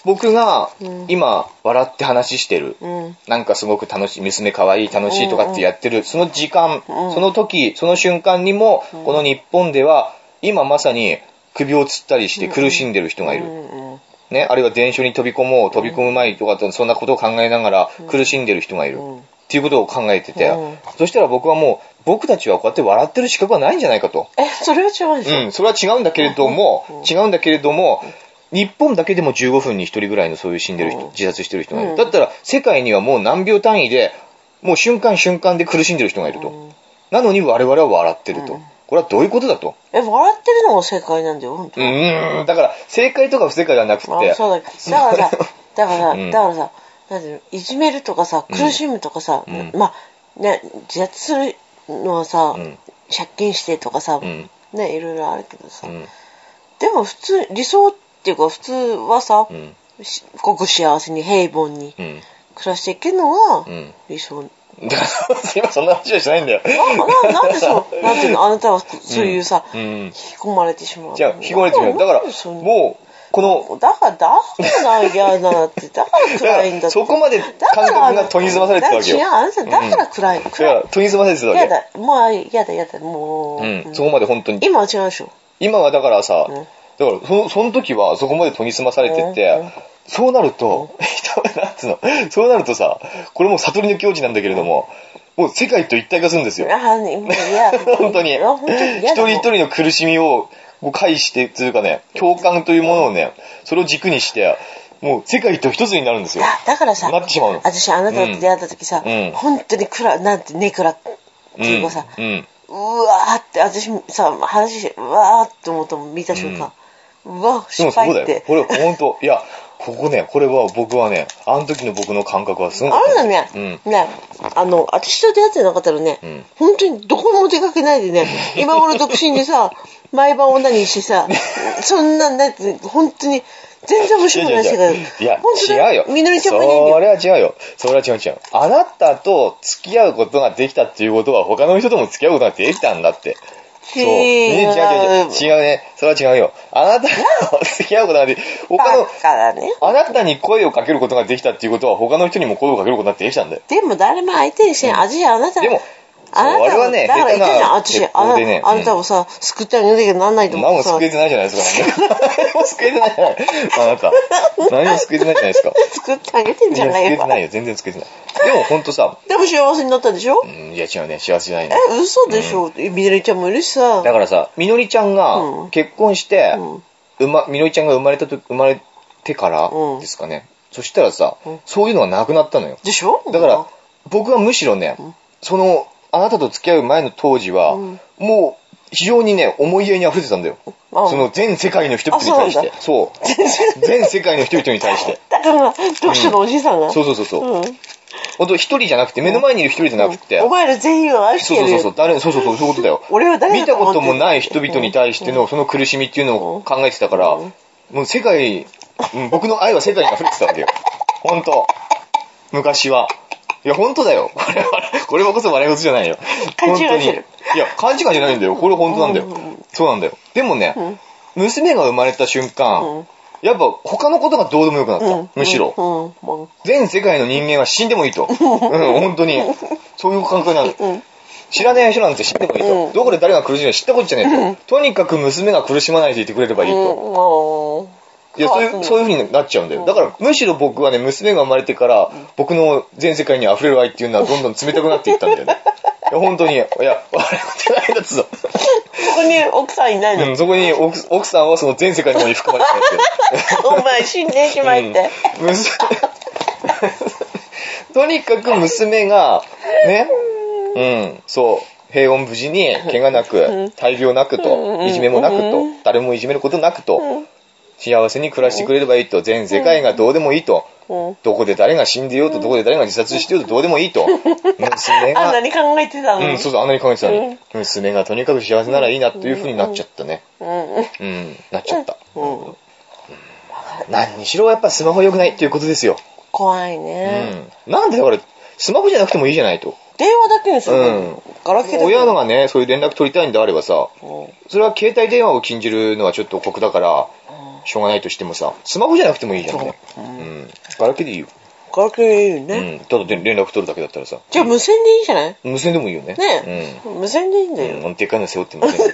S1: 僕が今、笑って話してる、
S2: うん
S1: なんかすごく楽しい、娘可愛い、楽しいとかってやってる、その時間、その時、その瞬間にも、この日本では、今まさに首をつったりして苦しんでる人がいる。
S2: うん
S1: ね、あるいは電車に飛び込もう、飛び込む前にとかと、そんなことを考えながら苦しんでる人がいる。
S2: うん
S1: っていうことを考えてて、
S2: うん
S1: そしたら僕はもう、僕たちはこうやって笑ってる資格はないんじゃないかと。
S2: えそれは違うんでしょ、
S1: うん、それは違うんだけれども、違うんだけれども、日本だけでも15分に1人ぐらいのそういう死んでる人、自殺してる人がいる。だったら、世界にはもう何秒単位で、もう瞬間瞬間で苦しんでる人がいると。なのに我々は笑ってると。これはどういうことだと。
S2: え笑ってるのが正解なんだよ本当
S1: うーん、だから、正解とか不正解じゃなくて、
S2: あそうだだからさ だからさ、
S1: うん
S2: だからさなんていうのいじめるとかさ苦しむとかさ、
S1: ん
S2: まあね自殺するのはさ、
S1: ん
S2: 借金してとかさ、
S1: うん
S2: ねいろいろあるけどさ、
S1: うん
S2: でも普通理想っていうか普通はさ、
S1: うん
S2: しごく幸せに平凡に
S1: うん
S2: 暮らしていけるのが
S1: うん
S2: 理想、
S1: だから今そんな話はしないんだよ
S2: あななんでそ うなんていうのあなたはそういうさ、
S1: うんうん
S2: 引き込まれてしまうの
S1: じゃあ引き込まれてしまうだから
S2: なんでそんな
S1: もうこの
S2: だからだからなギャーなんてだから
S1: だ
S2: 暗いん
S1: から
S2: だって
S1: そこまで感覚が研ぎ澄まされてたわけよ
S2: だから違うあなただから暗い、
S1: いや
S2: 暗い
S1: 研ぎ澄まされてたわけ
S2: や
S1: よ
S2: だもうやだやだもう、
S1: うん、そこまで本当に
S2: 今は違うでしょ
S1: 今はだからさ、
S2: うん
S1: だからそのその時はそこまで研ぎ澄まされてて、
S2: うん
S1: そうなると、 なんつうの、そうなるとさ、これもう悟りの境地なんだけれども、もう世界と一体化するんです
S2: あ
S1: よ。
S2: ーもう嫌
S1: 本当に。
S2: いや本当に
S1: 一
S2: 嫌だ
S1: 人一人の苦しみをこう回して、というかね、共感というものをね、それを軸にして、もう世界と一つになるんですよ。
S2: だだからさ
S1: なってしまうの
S2: 私あなたと出会った時さ、
S1: うん
S2: 本当に暗なんてね暗って
S1: うん。
S2: いうかさ、
S1: うん。
S2: うわーって私さ話してうわーって思ったもん見た瞬間、うわ
S1: で
S2: 失
S1: もそう
S2: 敗
S1: だ
S2: っ
S1: よ
S2: て。
S1: これ本当、いや、ここね、これは僕はね、あの時の僕の感覚はすごか
S2: あ
S1: った。
S2: れだね、ねあの私と出会ってなかったらね、
S1: ん
S2: 本当にどこも出かけないでね今頃独身 でさ毎晩女にしてさそんなんだって本当に全然面白くない世界
S1: いや、
S2: 本当だ
S1: 違うよ。
S2: みのりちゃんもいないんだよ
S1: それは違うよ。それは違う違う。あなたと付き合うことができたっていうことは、他の人とも付き合うことができたんだって。そう。ね違う違う違う。違うね。それは違うよ。あなたと付き合うことができ、他
S2: だ
S1: の、
S2: からね
S1: あなたに声をかけることができたっていうことは、他の人にも声をかけることができたんだよ。
S2: でも誰も相手にしてない味あなた
S1: でも、
S2: あなた
S1: それはね
S2: だから言ったじゃん、
S1: 下手
S2: 私
S1: な、鉄
S2: あ
S1: 砲でね
S2: なあなたをさ、救ってあげなきゃなんないと
S1: 何
S2: 思っ
S1: も
S2: てさ
S1: 救え、てないじゃないですか。何も救えてないじゃない。あなた。何も救えてないじゃないですか。
S2: 救ってあげてん
S1: い
S2: じゃ
S1: や、
S2: な
S1: 救
S2: い
S1: えてない
S2: よ。
S1: よ。全然救えてない。でも、ほんとさ、
S2: でも幸せになったでしょ
S1: うん、いや違うね。幸せじゃないね。
S2: え、嘘でしょみなりちゃんもいるしさ。
S1: だからさ、みのりちゃん
S2: う
S1: が
S2: ん
S1: 結婚して、
S2: うん
S1: うま、みのりちゃんが生まれたと、生まれてから
S2: うん
S1: ですかね。そしたらさ
S2: うん、
S1: そういうのがなくなったのよ。
S2: でしょ
S1: だから、僕はむしろね、その、あなたと付き合う前の当時は、
S2: うん
S1: もう、非常にね、思いやりに溢れてたんだよ。
S2: あ
S1: その全世界の人々に対して。
S2: あ
S1: そう。全世界の人々に対して。
S2: だから、読書のおじいさんが。
S1: そうそうそうそう。
S2: うん
S1: ほんと一人じゃなくて、目の前にいる一人じゃなくて、
S2: お前ら全員を愛し
S1: そ
S2: て
S1: う
S2: や
S1: そうそ
S2: るよ
S1: うそう、誰、そうそうそう、そういうことだよ。
S2: 俺は誰
S1: 見
S2: だと
S1: た
S2: 思
S1: こ
S2: って
S1: と
S2: る
S1: もない人々に対してのその苦しみっていうのを考えてたから、もう世界、うん僕の愛は世界に溢れてたわけよ。ほんと。昔は。いや、ほんとだよ。 これは、これはこそ笑い事じゃないよ。
S2: 勘違
S1: 本
S2: い
S1: 当に。い
S2: してる
S1: や、勘違いじゃないんだよ。これほんとなんだよ
S2: うんうんう。
S1: そうなんだよ。でもね、娘が生まれた瞬
S2: う
S1: 間
S2: ん、
S1: やっぱ他のことがどうでもよくな
S2: う
S1: っ
S2: ん
S1: た。むしろ
S2: う。んうんうん
S1: 全世界の人間は死んでもいいと。うん、本当に。そういう感覚なん知らない人なんて知ってもいいと。
S2: うん
S1: どこで誰が苦しいのか知ったことじゃねえと。とにかく娘が苦しまないでいてくれればいいと。
S2: うん
S1: いや、そういう、そういう風になっちゃうんだよ。だから、むしろ僕はね、娘が生まれてから、僕の全世界に溢れる愛っていうのはどんどん冷たくなっていったんだよね。いや、本当に。いや、笑ってないんだっつうの。
S2: ここに奥さんいないの
S1: うん、そこに奥奥さんはその全世界の方に含まれてますけど。
S2: お前死んでしま えって。
S1: 娘とにかく娘がねうんそう平穏無事に怪我なく大病なくといじめもなくと誰もいじめることなくと幸せに暮らしてくれればいいと全世界がどうでもいいと
S2: うん
S1: どこで誰が死んでようとどこで誰が自殺してようとどうでもいいと娘
S2: あんな
S1: が
S2: に考えてたの
S1: うん
S2: に。
S1: そうそうあんなに考えてたのに娘がとにかく幸せならいいなというふうになっちゃったね
S2: うん
S1: うんなっちゃった
S2: うん
S1: 何にしろやっぱスマホ良くないっていうことですよ
S2: 怖いね、
S1: うんなんでだから、スマホじゃなくてもいいじゃないと。
S2: 電話だけにするの、
S1: うん
S2: ガラケーだけ
S1: 親のがね、そういう連絡取りたいんであればさ、それは携帯電話を禁じるのはちょっと酷だから、しょうがないとしてもさ、スマホじゃなくてもいいじゃんね。うん。ガラケーでいいよ。
S2: ガラケーでいいよ
S1: う
S2: ね、
S1: ん。ただで連絡取るだけだったらさ、
S2: じゃあ無線でいいじゃない
S1: 無線でもいいよね。
S2: ね、無線でいいんだ
S1: うん。
S2: よ、
S1: うん。でっかいの背負ってま せん。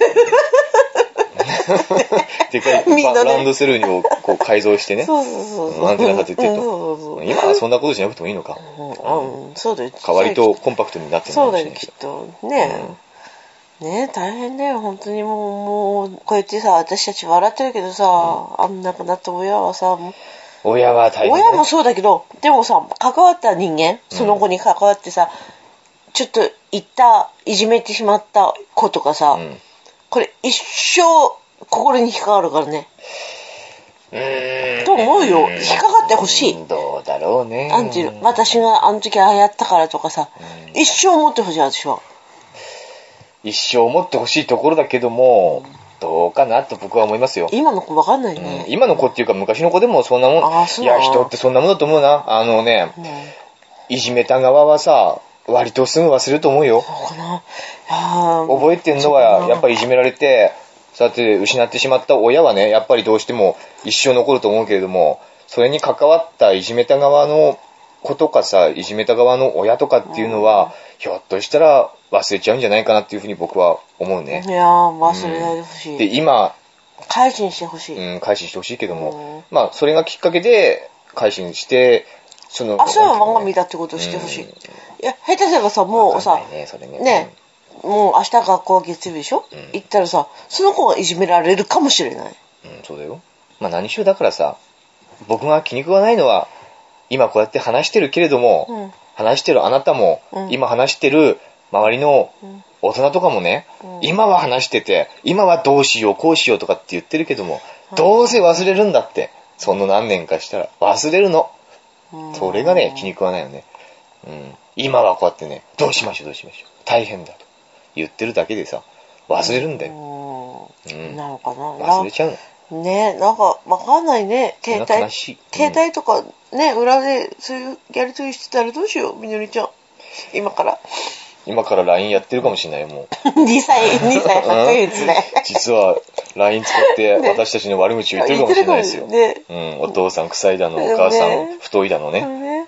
S1: でっかい
S2: みんなね
S1: バランドセルをこう改造してね。
S2: そうそうそうそう
S1: アンテナ立てて
S2: うん
S1: と。
S2: そうそうそう
S1: 今はそんなことしなくてもいいのか。
S2: うんうんそうだよ
S1: 代わりとコンパクトになってるの
S2: そう
S1: かもしれ
S2: だよ
S1: ないけ
S2: き
S1: ど
S2: っとね、ね大変だよ本当にもうもうこうやってさ私たち笑ってるけどさ、あんなくなった親はさもう
S1: 親は大変だね。
S2: 親もそうだけどでもさ関わった人間その子に関わってさ、ちょっと言ったいじめてしまった子とかさ、
S1: うん
S2: これ一生心に引っかかるからね
S1: と
S2: と思うよ引っかかってほしい
S1: どうだろうね。
S2: なんていうの私があの時ああやったからとかさ一生思ってほしい私は
S1: 一生思ってほしいところだけども、どうかなと僕は思いますよ。
S2: 今の子わかんないね
S1: う。ん今の子っていうか昔の子でもそんなも
S2: あ
S1: ん、
S2: ーそう
S1: い
S2: な
S1: や
S2: の
S1: 人ってそんなもんだと思うな。あのね、
S2: うん
S1: いじめた側はさ、割とすぐ忘れると思うよ。
S2: そうかな。いやー
S1: 覚えてんのは、やっぱりいじめられて、そうやって失ってしまった親はね、やっぱりどうしても一生残ると思うけれども、それに関わったいじめた側の子とかさ、いじめた側の親とかっていうのは、ひょっとしたら忘れちゃうんじゃないかなっていうふうに僕は思う
S2: い
S1: ね。
S2: やー、忘れないでほしい。
S1: で、今、
S2: 改心してほしい。
S1: うん、改心してほしいけども、まあ、それがきっかけで改心して、その、
S2: 明日は漫画見
S1: た
S2: たってことをしてほしい。
S1: うん
S2: いや、下手すればさ、もうさ、
S1: ね、それね。
S2: ね、もう明日学校月曜日でしょ、
S1: ん
S2: 行ったらさ、その子がいじめられるかもしれない。
S1: うん、そうだよ。まあ何しろだからさ、僕が気に食わないのは、今こうやって話してるけれども、
S2: うん
S1: 話してるあなたも、
S2: うん
S1: 今話してる周りの
S2: うん
S1: 大人とかもね、
S2: うん
S1: 今は話してて、今はどうしよう、こうしようとかって言ってるけども、どうせ忘れるんだって、その何年かしたら忘れるの。
S2: うん
S1: それがね、気に食わないよね。うん。今はこうやってね、どうしましょう、どうしましょう。大変だと。言ってるだけでさ、忘れるんだよ。
S2: う
S1: うん
S2: ん。なのかな
S1: 忘れちゃうの。
S2: なねなんかわかんないね携
S1: それは悲
S2: 帯
S1: しい
S2: 携帯とかね裏でそういうやり取りしてたらどうしようみのりちゃん今から
S1: 今から LINE やってるかもしれないよ、もう。
S2: 2歳2歳8ヶ 月で
S1: 実は LINE 使って
S2: ね
S1: 私たちの悪口を言ってるかもしれないですよ。
S2: 言ってるか
S1: うん、お父さん臭いだの、お母さ
S2: ね
S1: ん太いだのね。
S2: ね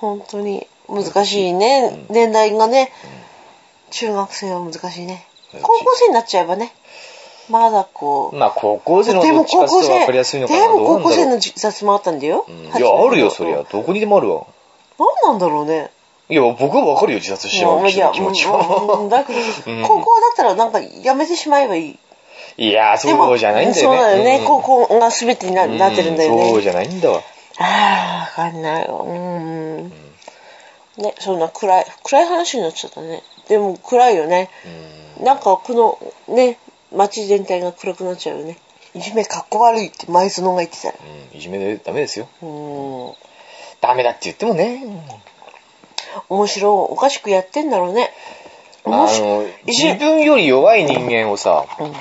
S2: 本当に難しいね年代がね中学生は難しいね
S1: 難しい
S2: 高校生になっちゃえばねまだこ
S1: う。
S2: うん
S1: まあ高校生のど
S2: でも
S1: っちか
S2: 高
S1: っつう
S2: 校
S1: と
S2: 生
S1: 分かりやすいのかな。
S2: でも
S1: どう
S2: 高
S1: なんだろう
S2: 校生の自殺もあったんだよ、
S1: うんい
S2: 初め
S1: や、
S2: の
S1: あるよ、そりゃ。どこにでもあるわ。
S2: 何なんだろうね
S1: いや、僕は分かるよ、自殺してしまう
S2: い
S1: 人
S2: や
S1: の気持ち
S2: うん
S1: は。
S2: だけ ど、
S1: うん
S2: 高校だったらなんかやめてしまえばいい。
S1: いや、
S2: で
S1: そうじゃないんだよね。
S2: そうだよね。
S1: うん
S2: 高校が全てにな,、
S1: うん
S2: なってるんだよね。
S1: そうじゃないんだわ。
S2: ああ、わかんないよ。うん。ね、そんな暗い、暗い話になっちゃったね。でも暗いよね。
S1: うん
S2: なんかこの、ね、街全体が暗くなっちゃうよね。いじめかっこ悪いって前園が言ってたよ。
S1: うんいじめでダメですよ。
S2: うん。
S1: ダメだって言ってもね。
S2: 面白い、おかしくやってんだろうね。
S1: あ
S2: 面白い
S1: の、
S2: いじ
S1: 自分より弱い人間をさ、
S2: うん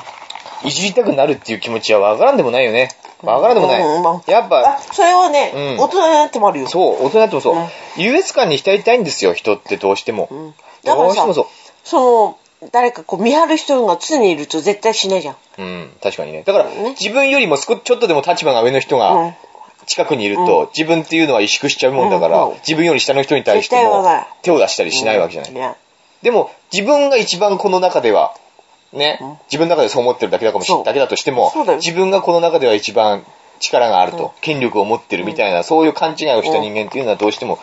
S1: いじりたくなるっていう気持ちはわからんでもないよね。わからんでもない。
S2: うんうんまあ
S1: やっ
S2: あ
S1: ぱ、、
S2: それはね、
S1: うん
S2: 大人になってもあるよ。
S1: そう、大人になってもそう、
S2: うん
S1: 優越感に浸りたいんですよ、人ってどうしても。
S2: うんだか
S1: ど
S2: ら
S1: うして
S2: さ
S1: もそ
S2: その誰かこう見張る人が常にいると絶対しないじゃん。
S1: う。うん、確かにね。だから、
S2: ね
S1: 自分よりも少ちょっとでも立場が上の人
S2: う
S1: が
S2: ん
S1: 近くにいると、自分っていうのは萎縮しちゃうもんだから、
S2: うんうん
S1: 自分より下の人に対して
S2: 絶対
S1: も
S2: はない
S1: 手を出したりしないわけじゃない。
S2: ね
S1: でも、自分が一番この中では、ね、
S2: うん
S1: 自分の中でそう思ってるだけだかもし
S2: そう
S1: だけだとしても
S2: そうだ、よ
S1: 自分がこの中では一番力があると、権力を持ってるみたいな、そういう勘違いをした人間っていうのはどうしても、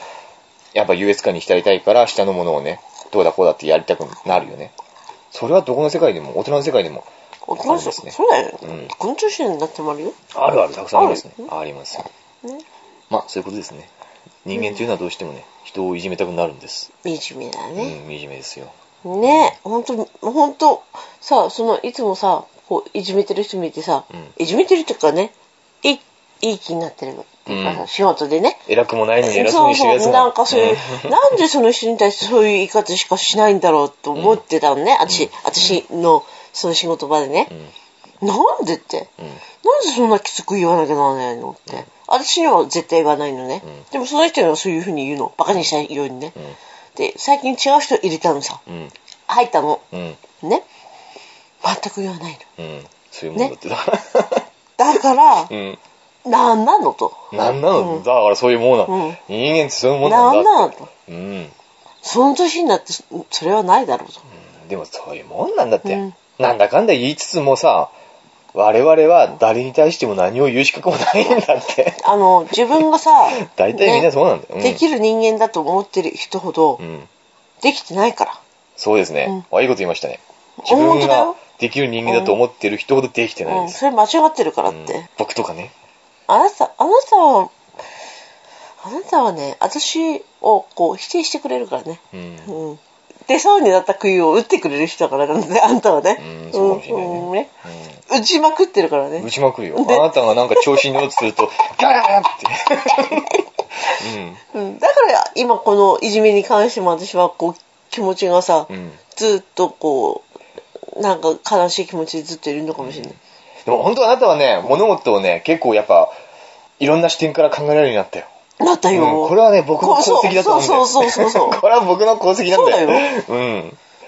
S1: やっぱ優越感に浸りたいから、下のものをね、どうだこうだってやりたくなるよね。それはどこの世界でも、大人の世界でも、
S2: 大人
S1: そう
S2: そ
S1: ですね
S2: そうだよ
S1: うん
S2: ね。群青種になってもあるよ。
S1: あるある、たくさんありますね。あります。
S2: ね
S1: まあ、そういうことですね。人間というのはどうしてもね、人をいじめたくなるんです。
S2: いじめだ
S1: う
S2: ね。
S1: ん、いじめですよ。
S2: ね本当本当さそのいつもさこういじめてる人見てさ、
S1: うん
S2: いじめてるっていうかねいいいい気になってるの。
S1: うん
S2: 仕事でね。
S1: 偉くもないのに偉そう
S2: そう
S1: にしてるやつ
S2: そう、
S1: が。
S2: なんかそういう
S1: ね、
S2: なんでその人に対してそういう言い方しかしないんだろうと思ってたのね、あた
S1: うん
S2: し、私の、その仕事場でね。なんでって。
S1: うん、うん。
S2: なんでそんなきつく言わなきゃならないのって。私には絶対言わないのね。
S1: うん
S2: でもその人にはそういうふうに言うの。バカにしないようにね。で、最近違う人入れたのさ。
S1: うん。
S2: 入ったの。
S1: うん。
S2: ね。全く言わないの。
S1: うん。そういうもんだってだ。
S2: だから、
S1: う
S2: なんなのと。
S1: ん。なんなの、
S2: うん
S1: だからそういうもんな、
S2: うん
S1: 人間ってそういうもんな
S2: なん
S1: だ
S2: ん
S1: って。
S2: なのと。
S1: うん。
S2: その年になって、そそれはないだろうと。
S1: でもそういうもんなんだって、
S2: うん
S1: なんだかんだ言いつつもさ、我々は誰に対しても何を言う資格もないんだ って。、
S2: あの、自分がさ
S1: 大体みんなそうなんだよ。うん、
S2: できる人間だと思ってる人ほど
S1: う、ん。
S2: できてないから。
S1: そうですね、あ、いいこと言いましたね。自
S2: 本
S1: 分
S2: 当だ
S1: が
S2: よ
S1: できる人間だと思ってる人ほどできてない
S2: うん、
S1: です。
S2: それ間違ってるからっ
S1: うん
S2: て。
S1: 僕とかね。
S2: あなた、あなたは、あなたはね、私をこう否定してくれるからね。
S1: うん。
S2: うん。出そうになった杭を打ってくれる人だからなんで、あんたはね。
S1: う ん、そうかもしれないね。
S2: うん
S1: う
S2: うんんね打ちまくってるからね
S1: 打。ちまくるよ。あ
S2: で
S1: なたがなんか調子に乗ってると、ガー って。うん。
S2: うん。だから今このいじめに関しても私はこう、気持ちがさ、
S1: うん
S2: ずっとこうなんか悲しい気持ちでずっといるのかもしれない、
S1: でも本当あなたはね、物事をね、結構やっぱ、いろんな視点から考えられるようになったよ。
S2: なったよ、
S1: うんこれはね、僕の功績だと思うんだよ。
S2: そうそうそうそうそ う
S1: これは僕の功績なんだよ。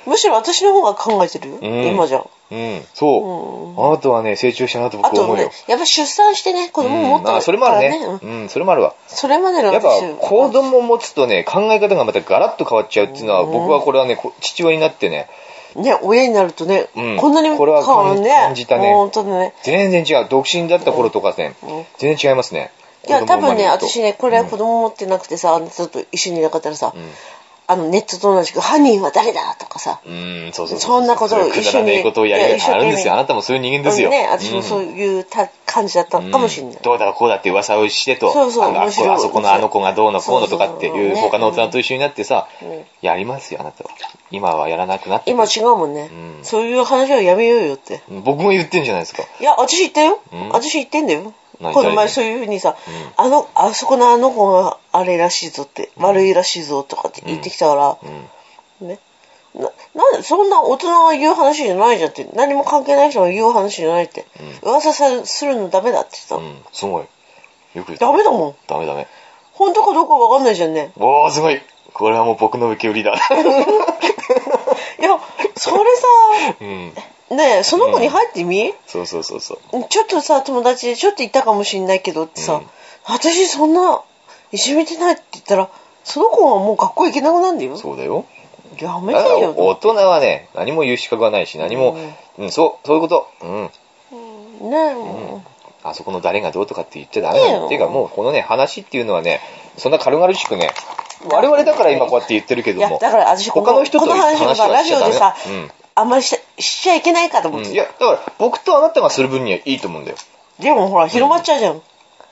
S2: むしろ私の方が考えてるよ、
S1: うん
S2: 今じゃん
S1: うん。うん。そう。あなたはね、成長したなと
S2: あ
S1: 僕は思
S2: と
S1: うよ
S2: ね。やっぱ出産してね子
S1: う
S2: 供を持っ
S1: ん、
S2: た
S1: あそれもあるね
S2: からうん。
S1: うん、それもあるわ。
S2: それまでの
S1: やっぱ
S2: 私
S1: 子供を持つとね、考え方がまたガラッと変わっちゃうっていうのは、
S2: うん
S1: 僕はこれはね、こ父親になってね、
S2: ね親になるとね、
S1: うん
S2: こんなに
S1: こ
S2: 変
S1: れは
S2: わるね
S1: 感じたね
S2: 本当だね
S1: 全然違う。独身だった頃とかね
S2: うん、
S1: 全然違いますね。
S2: いや
S1: 子供
S2: 多
S1: 生ま
S2: 分
S1: れ
S2: ね
S1: ると
S2: 私ねこれは子供持ってなくてさ、あなたと一緒にいなかったらさ、
S1: ん
S2: あのネットと同じく「犯人は誰だ?」とかさ、
S1: うん、そうそう
S2: そんなことを
S1: それくだらねえことをや
S2: いや
S1: る
S2: 一生懸
S1: あ
S2: 命
S1: るんですよ。あなたもそういう人間ですよ。
S2: ね私もそう
S1: い
S2: いうた感じだったのかもしれない、
S1: どうだこうだって噂をしてと、
S2: そうそう
S1: あのあ
S2: 面
S1: そ
S2: 白い
S1: こあそこのあの子がどうのこうのとかって
S2: そ
S1: い
S2: うそう
S1: う
S2: ね
S1: 他の大人と一緒になってさ
S2: うん、
S1: やりますよ、あなたは。今はやらなくなって。
S2: 今違うもんね、
S1: うん
S2: そういう話はやめようよって
S1: 僕も言ってんじゃないですか。
S2: いや私言ったよ、
S1: うん
S2: 私言ってんだよ
S1: 何
S2: この
S1: 誰
S2: 前
S1: に
S2: そういうふうにさ、あのあそこのあの子があれらしいぞって、悪いらしいぞとかって言ってきたから、
S1: うん。
S2: ねななんでそんな大人が言う話じゃないじゃんって何も関係ない人が言う話じゃないって、噂さするのダメだって言
S1: う
S2: って、
S1: ん、すごい。よく言った
S2: ダメだもん
S1: ダメダメ。
S2: 本当かどうかわかんないじゃんね
S1: おー、すごいこれはもう僕の受け売り だ。
S2: いやそれ
S1: うん。
S2: さねえその子に入ってみ、
S1: そうそうそうそう。
S2: ちょっとさ友達でちょっと行ったかもしんないけどってさ、
S1: うん
S2: 私そんないじめてないって言ったらその子はもう学校行けなくなるんだよ
S1: そうだよ。
S2: やめ
S1: だから
S2: てよ
S1: 大人はね、何も言う資格はないし、何も、うん、そう、そういうこと。うん。
S2: ねえ、も
S1: あそこの誰がどうとかって言っちゃダメな
S2: ねえ
S1: の。っていうかもうこのね、話っていうのはね、そんな軽々しくね、我々だから今こうやって言ってるけ
S2: う
S1: ど
S2: いや
S1: も、
S2: だから私この
S1: 他の人と
S2: この話を
S1: 話
S2: さ
S1: は
S2: ラ
S1: し
S2: ジ
S1: ちゃ
S2: オ
S1: ダ
S2: で
S1: メ
S2: さ
S1: だ、うん
S2: あんまりししちゃいけないかと思
S1: う
S2: っ
S1: ん。
S2: て、
S1: いや、だから僕とあなたがする分にはいいと思うんだよ。
S2: でもほら広まっちゃうじゃん、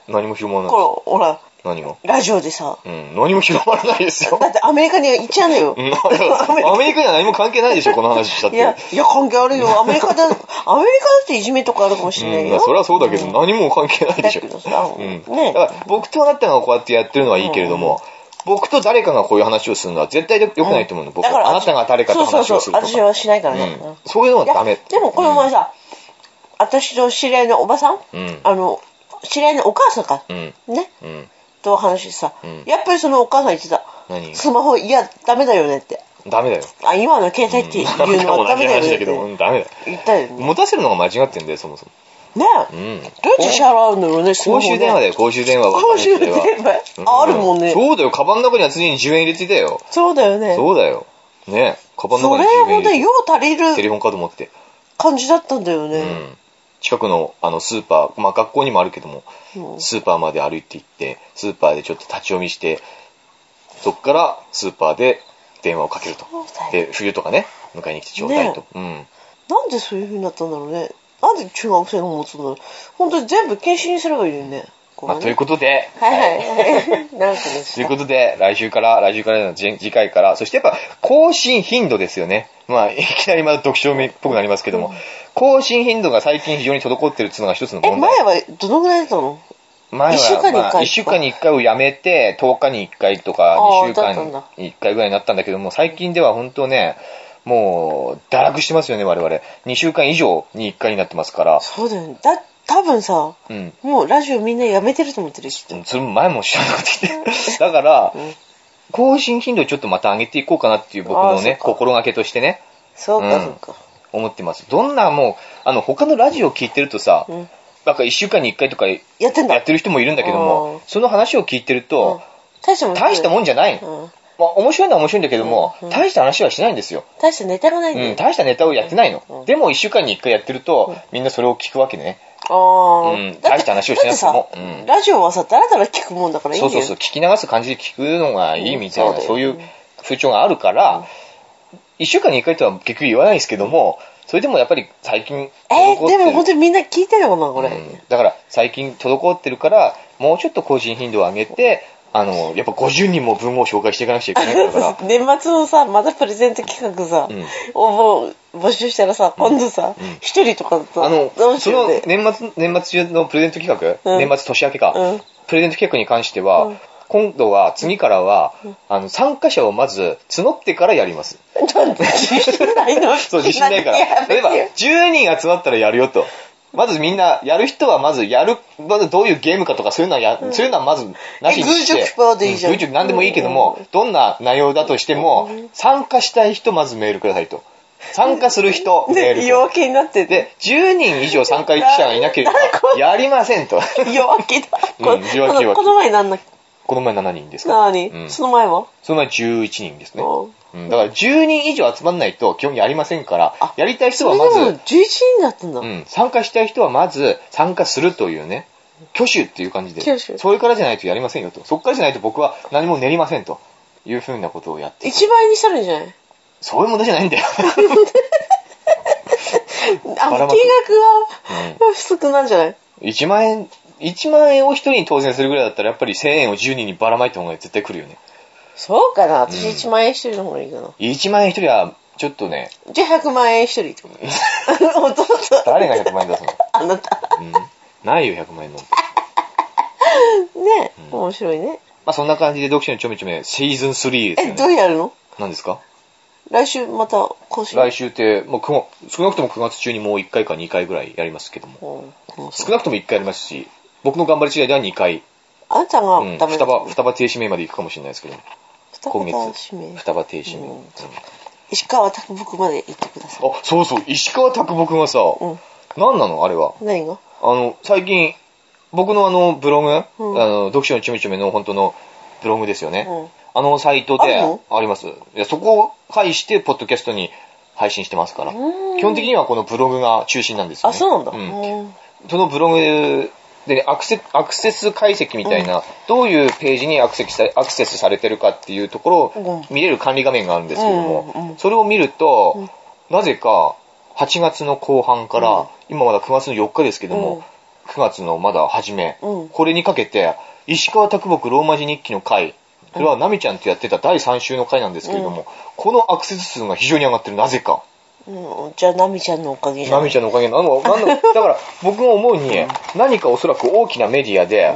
S1: 何も広まらない。
S2: これほら
S1: 何が
S2: ラジオでさ
S1: うん、何も広まらないですよ
S2: だ。ってアメリカに行っちゃうのよ、
S1: うん アメリカには何も関係ないでしょ、この話したっ
S2: い
S1: て。
S2: やいや関係あるよアメリカだアメリカだっていじめとかあるかもしれないよ、
S1: うん、それはそうだけど、何も関係ないでしょ。
S2: だけどさ
S1: うん、
S2: ね
S1: だから僕とあなたがこうやってやってるのはいいけれども、僕と誰かがこういう話をするのは絶対良くないと思うの、僕
S2: だから
S1: は。あなたが誰かと話をするとか。
S2: そうそうそう私はしないからね、
S1: うんそういうのはダメ
S2: いやでもこの前さ、私の知り合いのおばさん、
S1: うん
S2: あの知り合いのお母さんか、
S1: うん
S2: ね
S1: うん
S2: と話してさ、
S1: ん
S2: やっぱりそのお母さん言ってた
S1: 何
S2: スマホいやダメだよねって
S1: ダメだよ。
S2: あ今の携帯っていう のはダメだ
S1: 同じ話
S2: よねっ
S1: だ
S2: て
S1: けど、うんダメだよ。
S2: 言ったよねね
S1: 持たせるのが間違ってんだよ、そもそも。
S2: え、
S1: ん
S2: どうやって支払うのよねスマ
S1: 公
S2: ホね
S1: 衆電話だよ、公衆電話は。
S2: 公衆電話
S1: う
S2: ああるもんね
S1: そうだよ、カバンの中には常に10円入れてたよ。
S2: そうだよね
S1: そうだよ。ねカバンの
S2: そ
S1: 中
S2: れ
S1: に10円
S2: も
S1: 入れて
S2: ねよう足り
S1: テレ
S2: る
S1: ホンカード持って。
S2: 感じだったんだよね、
S1: うん近くのあのスーパー、まあ、学校にもあるけども、
S2: うん
S1: スーパーまで歩いて行ってスーパーでちょっと立ち読みしてそっからスーパーで電話をかけると
S2: そうだよ
S1: で冬とかね迎えに来てちょうだいと、
S2: なんでそういう風になったんだろうね。なんで中学生が持つんだろう。本当に全部禁止にすればいいよ
S1: う
S2: ね。
S1: ん
S2: ここ
S1: まあ、
S2: はね
S1: ということで、
S2: はい
S1: はい
S2: はい。なんかで
S1: と
S2: す
S1: いうことで来週から来週からの次次回からそしてやっぱ更新頻度ですよねまあいきなりまだ読書目っぽくなりますけども、更新頻度が最近非常に滞ってるっていうのが一つの
S2: え、
S1: 問題
S2: 前はどのぐらいだったの
S1: 前は、
S2: 一週間に一回とか
S1: まあ一週間に1回をやめて、10日に1回とか、
S2: あー
S1: 2週
S2: だったんだ
S1: 間に1回ぐらいになったんだけども、最近では本当ね、もう、堕落してますよね、我々。2週間以上に1回になってますから。
S2: そうだよね。だ、多分さ、
S1: うん。
S2: もうラジオみんなやめてると思ってるし。きっと
S1: それも前も知らなくて。だから、更新頻度をちょっとまた上げていこうかなっていう僕
S2: あー
S1: の
S2: そう
S1: ね
S2: か、
S1: 心がけとしてね、
S2: そう
S1: う
S2: か、
S1: ん
S2: そうか。
S1: 思ってます。どんなもう、あの、他のラジオを聞いてるとさ、
S2: うん
S1: なんか1週間に1回とかや
S2: やってんだ。
S1: ってる人もいるんだけど
S2: うん
S1: も、その話を聞いてる
S2: うん
S1: と、
S2: 大したもん
S1: 大したもんじゃないの。
S2: うん。
S1: まあ、面白いのは面白いんだけども、
S2: うん
S1: 大した話はしないんですよ。
S2: 大したネタがないん
S1: う
S2: だ
S1: ん、
S2: よ。
S1: 大したネタをやってないの。
S2: うん
S1: でも、一週間に一回やってると、みんなそれを聞くわけね。
S2: ああ、
S1: うん大した話をしなくて
S2: だ
S1: も
S2: ってさ
S1: うん
S2: ラジオはさ、だらだら聞くもんだからいいん
S1: そ
S2: だ
S1: う
S2: よ。
S1: そうそう、聞き流す感じで聞くのがいいみたいな、
S2: うんそ
S1: そうう
S2: だ
S1: い
S2: よ
S1: う風潮があるから、一週間に一回とは結局言わないですけども、それでもやっぱり最近、
S2: えー
S1: 滞って
S2: で
S1: る
S2: も本当にみんな聞いてるのかな、これ。、
S1: うんだから、最近滞ってるから、もうちょっと更新頻度を上げて、あの、やっぱ50人も分を紹介していかなくちゃいけないから
S2: 年末のさまたプレゼント企画さ、
S1: うん
S2: 応募募集したらさ今度さ
S1: うん
S2: 一、人とかだと
S1: あの
S2: どう、し
S1: そ
S2: よう
S1: の
S2: ね
S1: 年末、年末中のプレゼント企画、
S2: うん
S1: 年末年明けか、
S2: うん
S1: プレゼント企画に関しては、
S2: うん
S1: 今度は、次からは、あの、参加者をまず募ってからやります。
S2: なんで自信ない の
S1: そう、自信ない から。例えば、10人集まったらやるよと。まずみんな、やる人はまず、やる、まずどういうゲームかとか、そういうのはや、そういうのはまず、なしにして。
S2: え偶熟パーでいいじゃん
S1: うん偶熟なんでもいいけども、どんな内容だとしても、参加したい人、まずメールくださいと。参加する 人、メール
S2: で、
S1: と。
S2: 弱気になってて。
S1: で、10人以上参加者がいなければ、やりませんと。
S2: 弱気だ。
S1: うん
S2: こ
S1: 弱気弱気
S2: のこの前なんだっけ
S1: この前7人ですか
S2: 何、
S1: うん
S2: その前は
S1: その前11人ですね。
S2: うん
S1: うんだから10人以上集まんないと基本やりませんから
S2: あ、
S1: やりたい人
S2: そ
S1: は
S2: れで
S1: ま
S2: も
S1: ず
S2: 11、人だったんだ。
S1: うん、参加したい人はまず参加するというね、挙手っていう感じで
S2: 挙手、
S1: それからじゃないとやりませんよと。そっからじゃないと僕は何も練りませんというふうなことをやって、
S2: 一倍にしたらいいんじゃない
S1: そういう問題じゃないんだよ。
S2: あ
S1: ばら
S2: の、
S1: まく
S2: 金額は、少ないんじゃない
S1: 1万円、1万円を1人に当選するぐらいだったらやっぱり1000円を10人にばらまいた方が絶対来るよね。
S2: そうかな私
S1: うん
S2: 1万円一人の方がいいかな。
S1: 1万円1人はちょっとね、
S2: じゃあ100万円一人っ てこと弟と、
S1: 誰が100万円出すの
S2: あなた。
S1: うんないよ、100万円なんて。
S2: ね、
S1: うん
S2: 面白いね。
S1: まあそんな感じで読書のちょめちょめシーズン3です
S2: え、
S1: よ
S2: ど
S1: ね。
S2: うやるの
S1: 何ですか
S2: 来週また更新。
S1: 来週って、もうくも少なくとも9月中にもう1回か2回ぐらいやりますけども。
S2: うん
S1: 少なくとも1回やりますし、僕の頑張り次第では2回、
S2: あなたが
S1: うん、
S2: ダメ
S1: 双
S2: だ
S1: 葉、双葉停止名まで行くかもしれないですけども、
S2: 双
S1: 今
S2: 葉男
S1: 月
S2: 子名、
S1: 双葉停止名。
S2: う
S1: うんん
S2: 石川啄木まで行ってください。
S1: あ、そうそう、石川拓木がさ、
S2: うん。
S1: 何なのあれは。
S2: 何が
S1: あの、最近、僕のあの、ブログ、
S2: うん
S1: あの、読書のちょめちょめの本当のブログですよね。
S2: うん
S1: あのサイトで
S2: あるの
S1: あります。いやそこを介して、ポッドキャストに配信してますから。
S2: うん
S1: 基本的にはこのブログが中心なんですよ、
S2: あ、
S1: ね。
S2: そうなんだ。
S1: ん。
S2: うん
S1: そのブログでアクセアクセス解析みたいな、どういうページにアクセスさアクセスされてるかっていうところを
S2: う
S1: 見れる管理画面があるんですけども、
S2: うんうんうん
S1: それを見ると、なぜか8月の後半から、
S2: うん
S1: 今まだ9月の4日ですけども、
S2: うん
S1: 9月のまだ初め、
S2: うん
S1: これにかけて、石川啄木ローマ字日記の回、それはナミちゃんとやってた第3週の回なんですけれども、このアクセス数が非常に上がってる、なぜか。
S2: うん、じゃあ、ナミちゃんのおかげじゃ
S1: ナ
S2: ん。
S1: ミちゃんのおかげなの。 なんだだから、僕が思うに、何かおそらく大きなメディアで、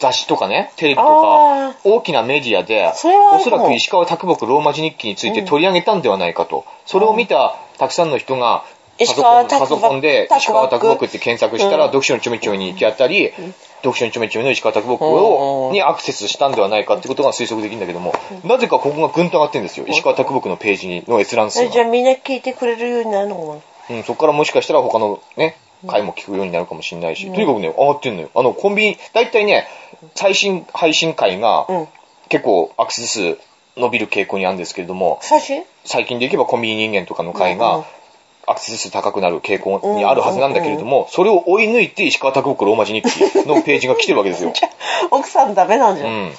S1: 雑誌とかね、テレビと
S2: あ
S1: か
S2: ー、
S1: 大きなメディアで、
S2: それはあ
S1: お
S2: る
S1: そ
S2: かも
S1: らく石川啄木ローマ字日記について取り上げたんではないかと。それを見たたくさんの人が、パ
S2: 石
S1: ソコ
S2: 川
S1: ン
S2: 啄木
S1: パソコンで
S2: 啄木
S1: 石川啄木って検索したら、
S2: うん
S1: 読書のちょめちょめに行き当たり、読書のちょめちょめの石川啄木
S2: う
S1: を
S2: ん
S1: にアクセスしたんではないかってことが推測できるんだけども、なぜかここがぐんと上がってるんですよ。石川啄木のページにの閲覧数
S2: え
S1: が
S2: じ。ゃあ、みんな聞いてくれるようになるのかな
S1: うん、そこからもしかしたら他のね、回も聞くようになるかもしれないし、とにかくね、上がってんのよ。あの、コンビニ、だいたいね、最新配信回が、
S2: うん
S1: 結構アクセス数伸びる傾向にあるんですけれども、
S2: 写真
S1: 最近でいけばコンビニ人間とかの回
S2: うん
S1: が、アクセス数高くなる傾向にあるはずなんだけれども、それを追い抜いて石川拓木ローマ字日記のページが来てるわけです よ。
S2: 奥さんダメなんじゃ。
S1: うんん。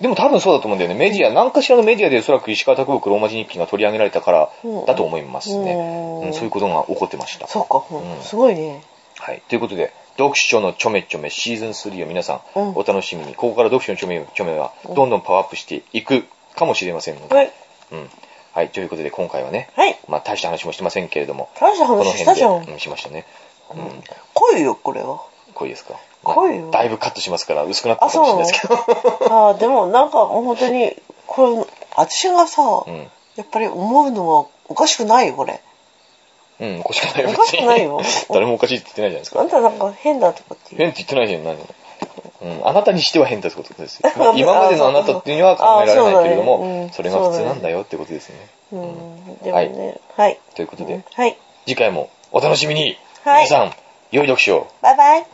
S1: でも多分そうだと思うんだよね。メディア、何かしらのメディアでおそらく石川拓木ローマ字日記が取り上げられたからだと思いますね
S2: う。ん
S1: うん、そういうことが起こってました。
S2: そうか、うんすごいね。
S1: はい。ということで、読書のちょめちょめシーズン3を皆さん
S2: うん
S1: お楽しみに、ここから読書のちょめちょめはどんどんパワーアップしていくかもしれませんので、
S2: はい。
S1: うん。はい。ということで、今回はね、
S2: はい。
S1: まあ大した話もしてませんけれども、
S2: 大した
S1: この
S2: 話した
S1: 辺
S2: じゃん
S1: で、。うん、しましたね。うん。
S2: 来いよ、これは。
S1: 濃いですか
S2: 濃いよ
S1: だいぶカットしますから、薄くなったかもしれないですけど。
S2: ああ、でもなんかもう本当に、これ、私がさ、
S1: うん。
S2: やっぱり思うのはおかしくないよ、これ。
S1: うん、おかしくないよ
S2: おかしくないよ
S1: 別に誰もおかしいって言ってないじゃないですか
S2: あん。たなんか変だとかって言
S1: 変
S2: う。
S1: って言ってないじゃないの。うん、あなたにしては変だってことです よ。まあ今までのあなたっていうのは考えられないけれど
S2: あそうだねう
S1: も、
S2: ん
S1: それが普通なんだよってことですよね。
S2: うん、でもね、はい。
S1: ということで、
S2: はい。
S1: 次回もお楽しみに、
S2: はい
S1: 皆さん、良い読書を
S2: バイバイ。